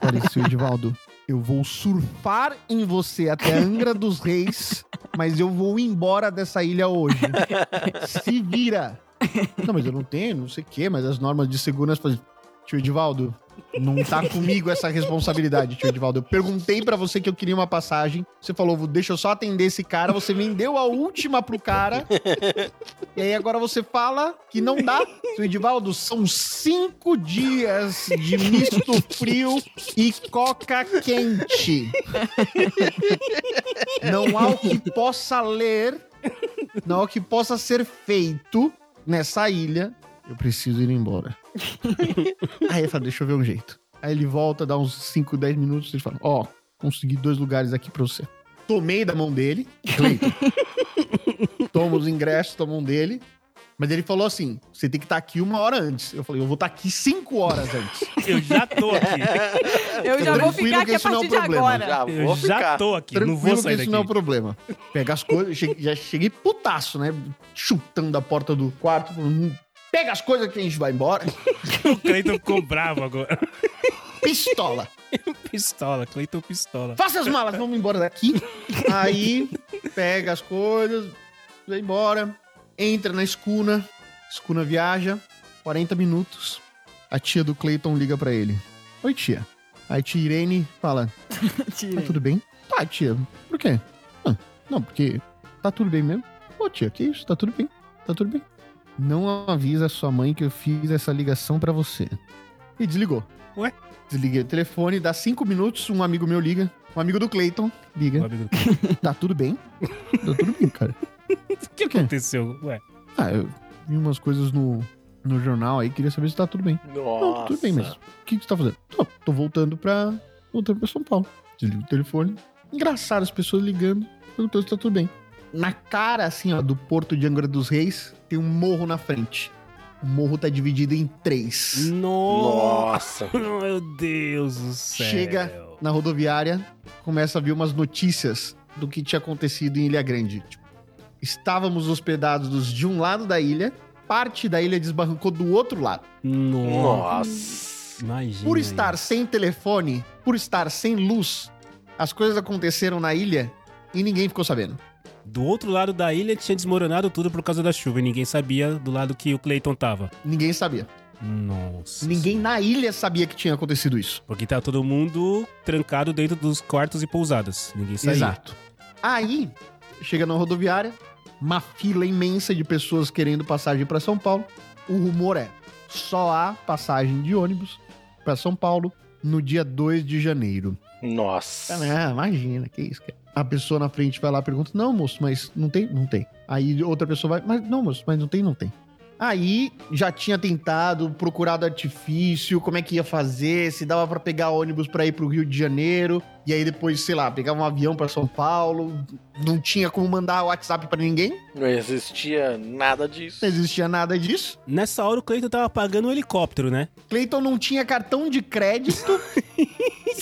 C: Pareceu, Edivaldo, eu vou surfar em você até Angra dos Reis, mas eu vou embora dessa ilha hoje. Se vira! Não, mas eu não tenho, não sei o quê, mas as normas de segurança. fazem- Tio Edivaldo, não tá comigo essa responsabilidade, tio Edivaldo. Eu perguntei pra você que eu queria uma passagem. Você falou, "Vou- deixa eu só atender esse cara. Você vendeu a última pro cara. E aí agora você fala que não dá. Tio Edivaldo, são cinco dias de misto frio e coca quente. Não há o que possa ler, não há o que possa ser feito nessa ilha. Eu preciso ir embora. Aí ele fala, deixa eu ver um jeito. Aí ele volta, dá uns 5, 10 minutos, ele fala, ó, consegui dois lugares aqui pra você. Tomei da mão dele, Cleiton. Toma os ingressos da mão dele. Mas ele falou assim, você tem que estar aqui uma hora antes. Eu falei, eu vou estar aqui cinco horas antes.
A: Eu já tô aqui.
B: Eu já vou
C: Tranquilo
B: ficar
C: É, que
B: aqui a
C: isso não é um
B: partir de
C: problema,
B: agora.
D: Já vou
A: Eu
D: ficar.
A: já tô aqui. Não
C: Tranquilo
A: vou
C: que
A: sair
C: isso não é o
A: daqui.
C: problema. Pega as coisas, che- já cheguei putaço, né? Chutando a porta do quarto. falando, "Hum, Pega as coisas que a gente vai embora.
A: O Cleiton ficou bravo agora.
C: Pistola.
A: Pistola, Cleiton pistola.
C: Faça as malas, vamos embora daqui. Aí pega as coisas, vai embora, entra na escuna, escuna viaja, 40 minutos. A tia do Clayton liga pra ele. Oi, tia. Aí tia Irene fala: Tá tudo bem? Tá, tia. Por quê? "Ah, não, porque tá tudo bem mesmo. Ô, tia, que isso? Tá tudo bem. Tá tudo bem. Não avisa sua mãe que eu fiz essa ligação pra você. E desligou.
A: Ué?
C: Desliguei o telefone, dá cinco minutos, um amigo meu liga. Um amigo do Clayton
A: O
C: liga.
A: amigo do-
C: Tá tudo bem? Tá tudo bem, cara.
A: O que aconteceu? Ué,
C: Ah, eu vi umas coisas no, no jornal aí, queria saber se tá tudo bem.
D: Nossa.
C: Não, tudo bem, mas o que, que você tá fazendo? Tô, tô voltando pra. voltando pra São Paulo. Desliga o telefone. Engraçado, as pessoas ligando, perguntando se tá tudo bem. Na cara, assim, ó, do Porto de Angra dos Reis, tem um morro na frente. O morro tá dividido em três.
A: Nossa,
D: Nossa.
A: meu Deus do céu.
C: Chega. Na rodoviária, começa a vir umas notícias do que tinha acontecido em Ilha Grande. Tipo, estávamos hospedados de um lado da ilha, parte da ilha desbarrancou do outro lado.
A: Nossa.
D: Nossa.
A: Imagina.
C: Por
A: isso.
C: estar sem telefone, por estar sem luz, as coisas aconteceram na ilha e ninguém ficou sabendo.
A: Do outro lado da ilha tinha desmoronado tudo por causa da chuva e ninguém sabia do lado que o Clayton tava.
C: Ninguém sabia.
A: Nossa.
C: Ninguém na ilha sabia que tinha acontecido isso.
A: Porque tá todo mundo trancado dentro dos quartos e pousadas. Ninguém saía.
C: Exato. Aí, chega na rodoviária, uma fila imensa de pessoas querendo passagem pra São Paulo. O rumor é: só há passagem de ônibus pra São Paulo no dia 2 de janeiro.
D: Nossa.
C: Ah, imagina, que isso, cara. A pessoa na frente vai lá e pergunta: Não, moço, mas não tem? Não tem. Aí outra pessoa vai: Mas não, moço, mas não tem? Não tem. Aí já tinha tentado, procurado artifício, como é que ia fazer, se dava pra pegar ônibus pra ir pro Rio de Janeiro, e aí depois, sei lá, pegava um avião pra São Paulo, não tinha como mandar WhatsApp pra ninguém,
D: Não existia nada disso.
C: não existia nada disso.
A: Nessa hora o Clayton tava pagando um helicóptero, né?
C: Clayton não tinha cartão de crédito,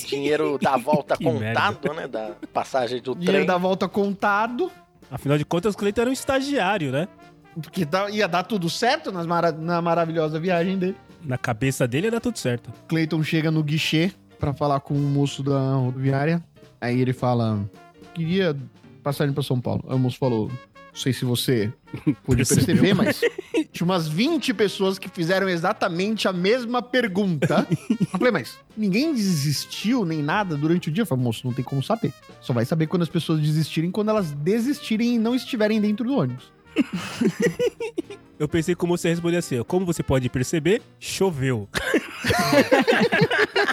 D: Dinheiro da volta
A: Que
D: contado, né? Da passagem do
C: dinheiro
D: trem.
C: da volta contado,
A: Afinal de contas, o Clayton era um estagiário, né?
C: porque dá- ia dar tudo certo nas mara- na maravilhosa viagem dele.
A: Na cabeça dele ia dar tudo certo.
C: Clayton chega no guichê pra falar com o moço da rodoviária. Aí ele fala: Queria passagem pra São Paulo. Aí o moço falou: Não sei se você pôde
A: Percebeu.
C: perceber, mas tinha umas 20 pessoas que fizeram exatamente a mesma pergunta. Eu falei: Mas ninguém desistiu nem nada durante o dia? Eu falei: Moço, não tem como saber. Só vai saber quando as pessoas desistirem, quando elas desistirem e não estiverem dentro do ônibus.
A: Eu pensei como você responder assim, ó, como você pode perceber, choveu.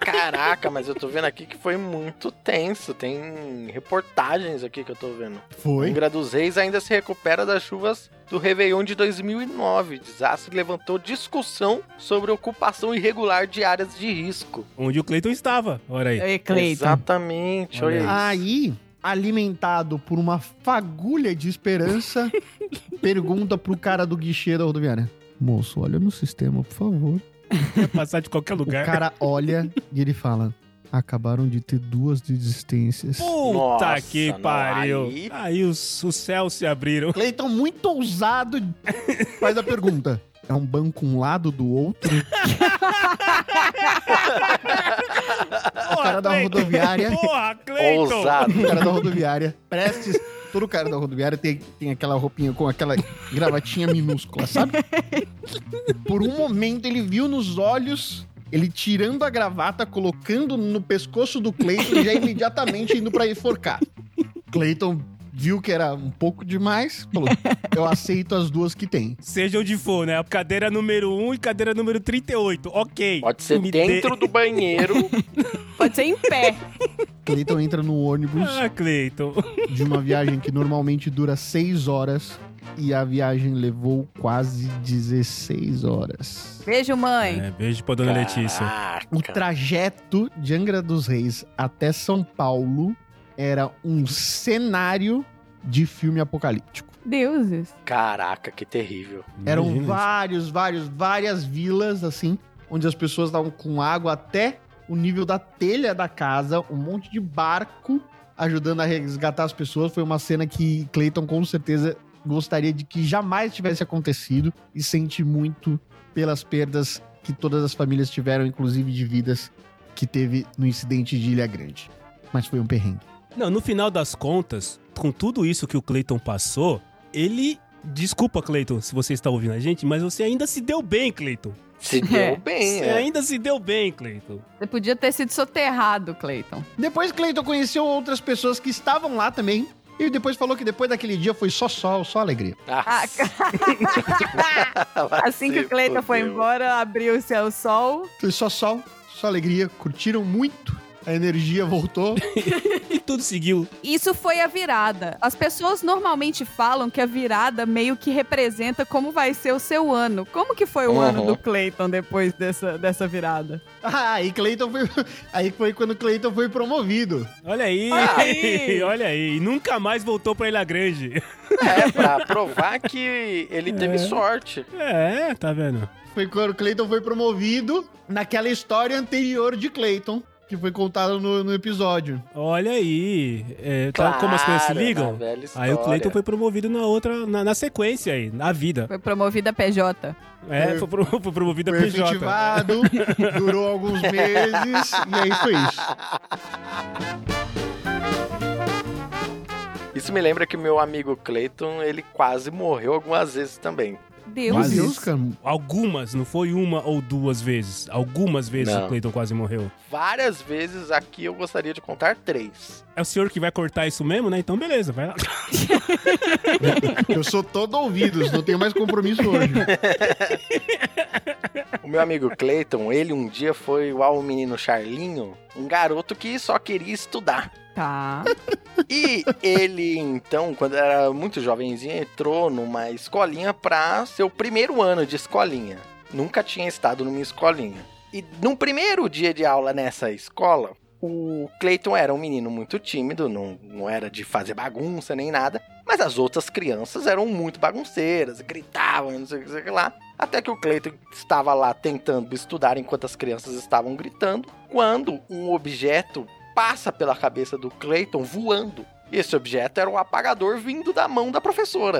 D: Caraca, mas eu tô vendo aqui que foi muito tenso. Tem reportagens aqui que eu tô vendo. O
C: Foi.
D: Angra dos Reis ainda se recupera das chuvas do Réveillon de 2009. Desastre levantou discussão sobre ocupação irregular de áreas de risco.
A: Onde o Clayton estava, olha
C: É.
A: aí.
B: Ei, Cleiton.
D: Exatamente,
A: Olha
D: olha isso.
C: Aí, alimentado por uma fagulha de esperança, pergunta pro cara do guichê da rodoviária. Moço, olha no sistema, por favor.
A: Ia passar de qualquer
C: O
A: lugar.
C: cara olha e ele fala: acabaram de ter duas desistências.
A: Puta
D: Nossa,
A: que
D: não,
A: pariu. Aí,
D: aí-
A: os, os céus se abriram.
C: Cleiton, muito ousado, faz a pergunta. É um banco um lado do outro? O cara da rodoviária.
A: Porra, Clayton!
D: Ousado.
C: O cara da rodoviária, prestes. Todo cara da rodoviária tem, tem aquela roupinha com aquela gravatinha minúscula, sabe? Por um momento ele viu nos olhos ele tirando a gravata, colocando no pescoço do Cleiton e já imediatamente indo pra enforcar. Cleiton viu que era um pouco demais, falou: Eu aceito as duas que tem.
A: Seja onde for, né? Cadeira número 1 e cadeira número 38. Ok.
D: Pode ser
A: Me dê-
D: dentro do banheiro.
B: Pode ser em pé.
C: Cleiton entra no ônibus
A: Ah, Clayton.
C: de uma viagem que normalmente dura seis horas e a viagem levou quase 16 horas.
B: Beijo, mãe.
A: É, beijo pra dona Letícia. Então.
C: O
D: Caraca.
C: trajeto de Angra dos Reis até São Paulo era um cenário de filme apocalíptico.
B: Deuses.
D: Caraca, que terrível.
C: Eram
A: Imagina isso.
C: vários, vários, várias vilas, assim, onde as pessoas estavam com água até o nível da telha da casa, um monte de barco ajudando a resgatar as pessoas. Foi uma cena que Clayton com certeza gostaria de que jamais tivesse acontecido e sente muito pelas perdas que todas as famílias tiveram, inclusive de vidas que teve no incidente de Ilha Grande. Mas foi um perrengue.
A: Não, no final das contas, com tudo isso que o Clayton passou, ele. Desculpa, Clayton, se você está ouvindo a gente, mas você ainda se deu bem, Clayton.
D: Se deu
B: É.
D: bem,
A: você
D: é.
A: ainda se deu bem, Clayton.
B: Você podia ter sido soterrado, Cleiton.
C: Depois Clayton conheceu outras pessoas que estavam lá também. E depois falou que depois daquele dia foi só sol, só alegria.
B: Ah,
D: Vai
B: assim que
D: se
B: o Cleiton foi
D: fuder.
B: embora, abriu-se ao sol.
C: Foi só sol, só alegria. Curtiram muito, a energia voltou.
A: E tudo seguiu.
B: Isso foi a virada. As pessoas normalmente falam que a virada meio que representa como vai ser o seu ano. Como que foi o
D: Uhum.
B: ano do Cleiton depois dessa, dessa virada?
C: Ah, aí Clayton foi. Aí foi quando Clayton foi promovido.
A: Olha aí,
B: Olha
A: olha
B: aí.
A: aí, E nunca mais voltou pra Ilha Grande.
D: É, pra provar que ele teve sorte.
A: É, tá vendo?
C: Foi quando Clayton foi promovido naquela história anterior de Clayton, que foi contada no, no episódio.
A: Olha aí. É, tá como as coisas se
D: Claro,
A: ligam?
D: na velha
A: Aí o
D: história.
A: Clayton foi promovido na outra, na, na sequência aí, na vida.
B: Foi promovida a PJ.
A: É,
C: Foi-
A: foi, pro- foi promovido a
C: Foi
A: PJ.
C: efetivado, durou alguns meses, e aí foi isso.
D: E Isso me lembra que meu amigo Clayton, ele quase morreu algumas vezes também.
B: Deus.
C: Meu
A: Mas-
C: Deus, cara.
A: Algumas, não foi uma ou duas vezes. Algumas vezes
D: Não.
A: o Clayton quase morreu.
D: Várias vezes aqui eu gostaria de contar três.
A: É o senhor que vai cortar isso mesmo, né? Então beleza, vai lá.
C: Eu sou todo ouvidos, não tenho mais compromisso hoje.
D: O meu amigo Clayton, ele um dia foi igual o menino Charlinho, um garoto que só queria estudar.
B: Tá.
D: E ele, então, quando era muito jovenzinho, entrou numa escolinha pra seu primeiro ano de escolinha. Nunca tinha estado numa escolinha. E no primeiro dia de aula nessa escola, o Clayton era um menino muito tímido, não, não era de fazer bagunça nem nada, mas as outras crianças eram muito bagunceiras, gritavam, não sei o que, sei o que lá. Até que o Clayton estava lá tentando estudar enquanto as crianças estavam gritando, quando um objeto passa pela cabeça do Clayton voando. Esse objeto era um apagador vindo da mão da professora.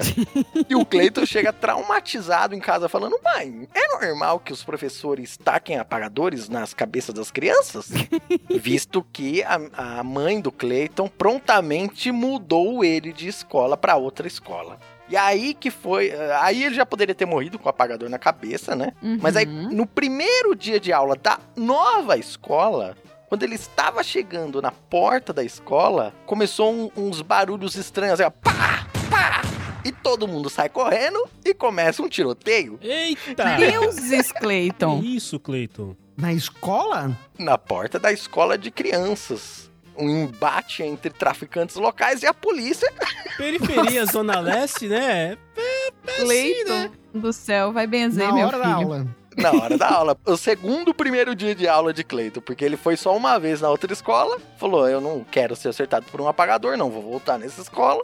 D: e o Clayton chega traumatizado em casa falando: "Mãe, é normal que os professores taquem apagadores nas cabeças das crianças?" Visto que a, a mãe do Clayton prontamente mudou ele de escola para outra escola. E aí que foi, eh, aí ele já poderia ter morrido com o apagador na cabeça, né? Mas aí,
B: Uhum.
D: no primeiro dia de aula da nova escola, quando ele estava chegando na porta da escola, começou um- uns barulhos estranhos, assim, ó, pá, pá, e todo mundo sai correndo e começa um tiroteio
A: Eita!
B: Deuses,
A: Que
B: Clayton.
A: Isso, Cleiton.
C: Na escola?
D: na porta da escola de crianças. Um embate entre traficantes locais e a polícia.
A: Periferia, Zona Leste, né?
B: Clayton do céu, vai benzer,
C: na
B: meu
C: hora da
B: filho.
C: aula.
D: Na hora da aula. O segundo primeiro dia de aula de Cleito, porque ele foi só uma vez na outra escola. Falou: Eu não quero ser acertado por um apagador, não. Vou voltar nessa escola.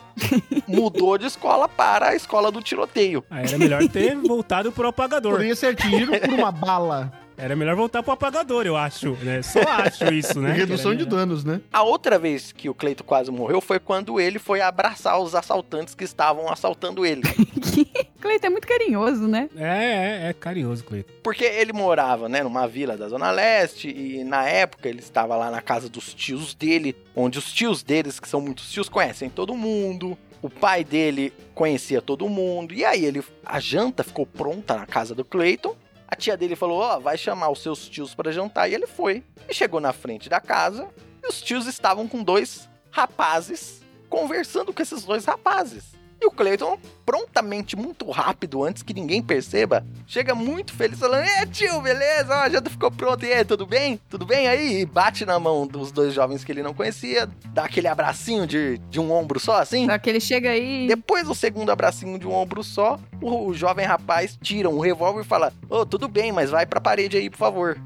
D: Mudou de escola para a escola do tiroteio.
A: Aí era melhor ter voltado pro apagador.
C: Poderia ser tiro por uma bala.
A: Era melhor voltar pro apagador, eu acho, né? Só acho isso, né?
C: Redução
A: Era
C: de
A: melhor.
C: danos, né?
D: A outra vez que o Cleito quase morreu foi quando ele foi abraçar os assaltantes que estavam assaltando ele.
B: Clayton é muito carinhoso, né?
A: É, é, é carinhoso, Cleiton.
D: Porque ele morava, né, numa vila da Zona Leste e na época ele estava lá na casa dos tios dele, onde os tios deles, que são muitos tios, conhecem todo mundo. O pai dele conhecia todo mundo. E aí ele a janta ficou pronta na casa do Clayton. A tia dele falou: "Ó, vai chamar os seus tios para jantar". E ele foi. E chegou na frente da casa e os tios estavam com dois rapazes conversando com esses dois rapazes. E o Clayton prontamente, muito rápido, antes que ninguém perceba, chega muito feliz falando: É, tio, beleza? Ó, a janta ficou pronta. E aí, tudo bem? Tudo bem aí? E bate na mão dos dois jovens que ele não conhecia, dá aquele abracinho de, de um ombro só, assim.
B: Só que ele chega aí.
D: Depois do segundo abracinho de um ombro só, o, o jovem rapaz tira um revólver e fala: Ô, tudo bem, mas vai pra parede aí, por favor.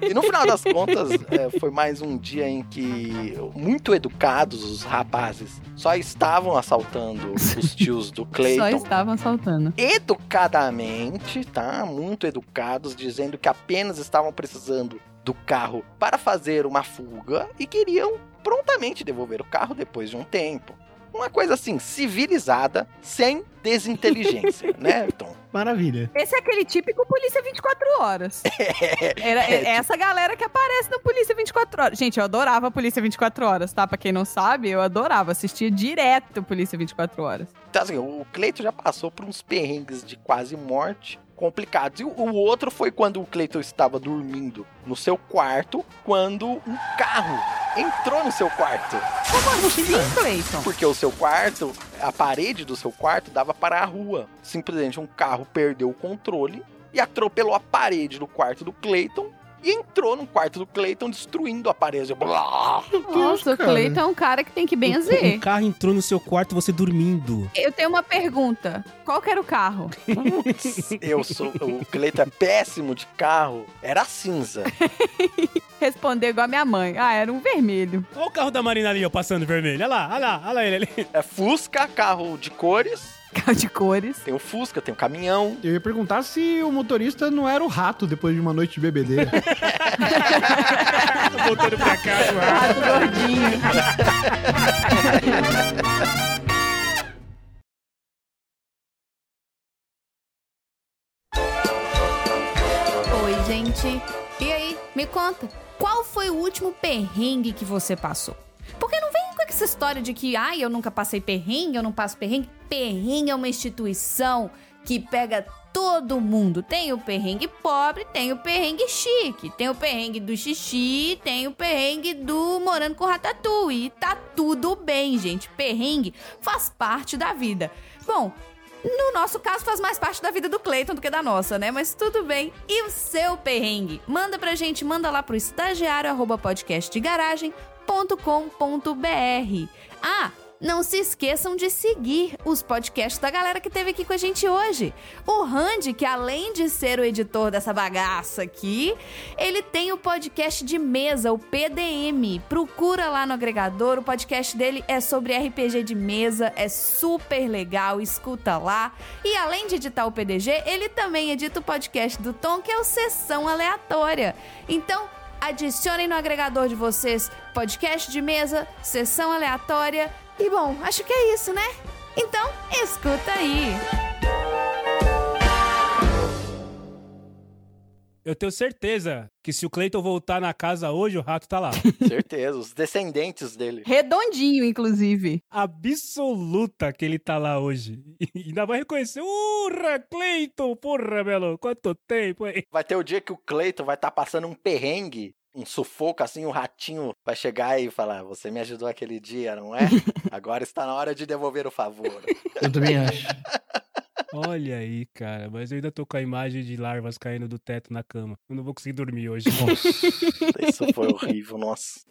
D: e no final das contas, é, foi mais um dia em que, muito educados os rapazes, só estavam assaltando os tios do
B: Só
D: Clayton
B: estavam assaltando.
D: educadamente, tá? Muito educados, dizendo que apenas estavam precisando do carro para fazer uma fuga e queriam prontamente devolver o carro depois de um tempo. Uma coisa assim, civilizada, sem desinteligência, né, Tom?
C: Maravilha.
B: Esse é aquele típico Polícia 24 Horas. Era é essa galera que aparece no Polícia 24 Horas. Gente, eu adorava Polícia 24 Horas, tá? Pra quem não sabe, eu adorava. Assistia direto Polícia 24 Horas.
D: Então, assim, o Cleiton já passou por uns perrengues de quase morte complicados. E o- o outro foi quando o Cleiton estava dormindo no seu quarto, quando um carro entrou no seu quarto.
B: Como assim, Clayton?
D: Porque o seu quarto, a parede do seu quarto dava para a rua. Simplesmente um carro perdeu o controle e atropelou a parede do quarto do Clayton e entrou no quarto do Clayton destruindo a parede. Blá!
B: Nossa, o
C: cara.
B: Clayton é um cara que tem que
A: O um
B: benzer.
A: carro entrou no seu quarto, você dormindo.
B: Eu tenho uma pergunta. Qual que era o carro?
D: Putz, eu sou o Clayton é péssimo de carro. Era cinza.
B: Respondeu igual a minha mãe. Ah, era um vermelho.
A: Olha o carro da Marina ali, ó, passando vermelho. Olha lá, olha lá, olha lá ele ali.
D: É Fusca, carro de cores.
B: Carro de cores.
D: Tem o Fusca, tem o caminhão.
C: Eu ia perguntar se o motorista não era o rato depois de uma noite de bebedeira.
A: Voltando pra casa, mano.
B: Carro gordinho.
F: Oi, gente. E aí, me conta, qual foi o último perrengue que você passou? Porque não vem com esse essa história de que, ai, eu nunca passei perrengue, eu não passo perrengue. Perrengue é uma instituição que pega todo mundo. Tem o perrengue pobre, tem o perrengue chique, tem o perrengue do xixi, tem o perrengue do morando com ratatouille. E tá tudo bem, gente. Perrengue faz parte da vida. Bom, no nosso caso, faz mais parte da vida do Cleiton do que da nossa, né? Mas tudo bem. E o seu perrengue? Manda pra gente, manda lá pro estagiário.podcastdegaragem.com.br. Ah, não se esqueçam de seguir os podcasts da galera que teve aqui com a gente hoje. O Randy, que além de ser o editor dessa bagaça aqui, ele tem o podcast de mesa, o PDM. Procura lá no agregador, o podcast dele é sobre RPG de mesa, é super legal, escuta lá. E além de editar o PDG, ele também edita o podcast do Tom, que é o Sessão Aleatória. Então, adicionem no agregador de vocês podcast de mesa, sessão aleatória. E bom, acho que é isso, né? Então, escuta aí.
A: Eu tenho certeza que se o Cleiton voltar na casa hoje, o rato tá lá.
D: Certeza, os descendentes dele.
B: Redondinho, inclusive.
A: Absoluta que ele tá lá hoje. E ainda vai reconhecer. Urra, Cleiton! Porra, Belo, quanto tempo, hein?
D: Vai ter o dia que o Cleiton vai estar passando um perrengue, um sufoco assim, o ratinho vai chegar e falar: Você me ajudou aquele dia, não é? Agora está na hora de devolver o favor.
C: Eu também acho.
A: Olha aí, cara, mas eu ainda tô com a imagem de larvas caindo do teto na cama. Eu não vou conseguir dormir hoje.
D: Isso foi horrível, nossa.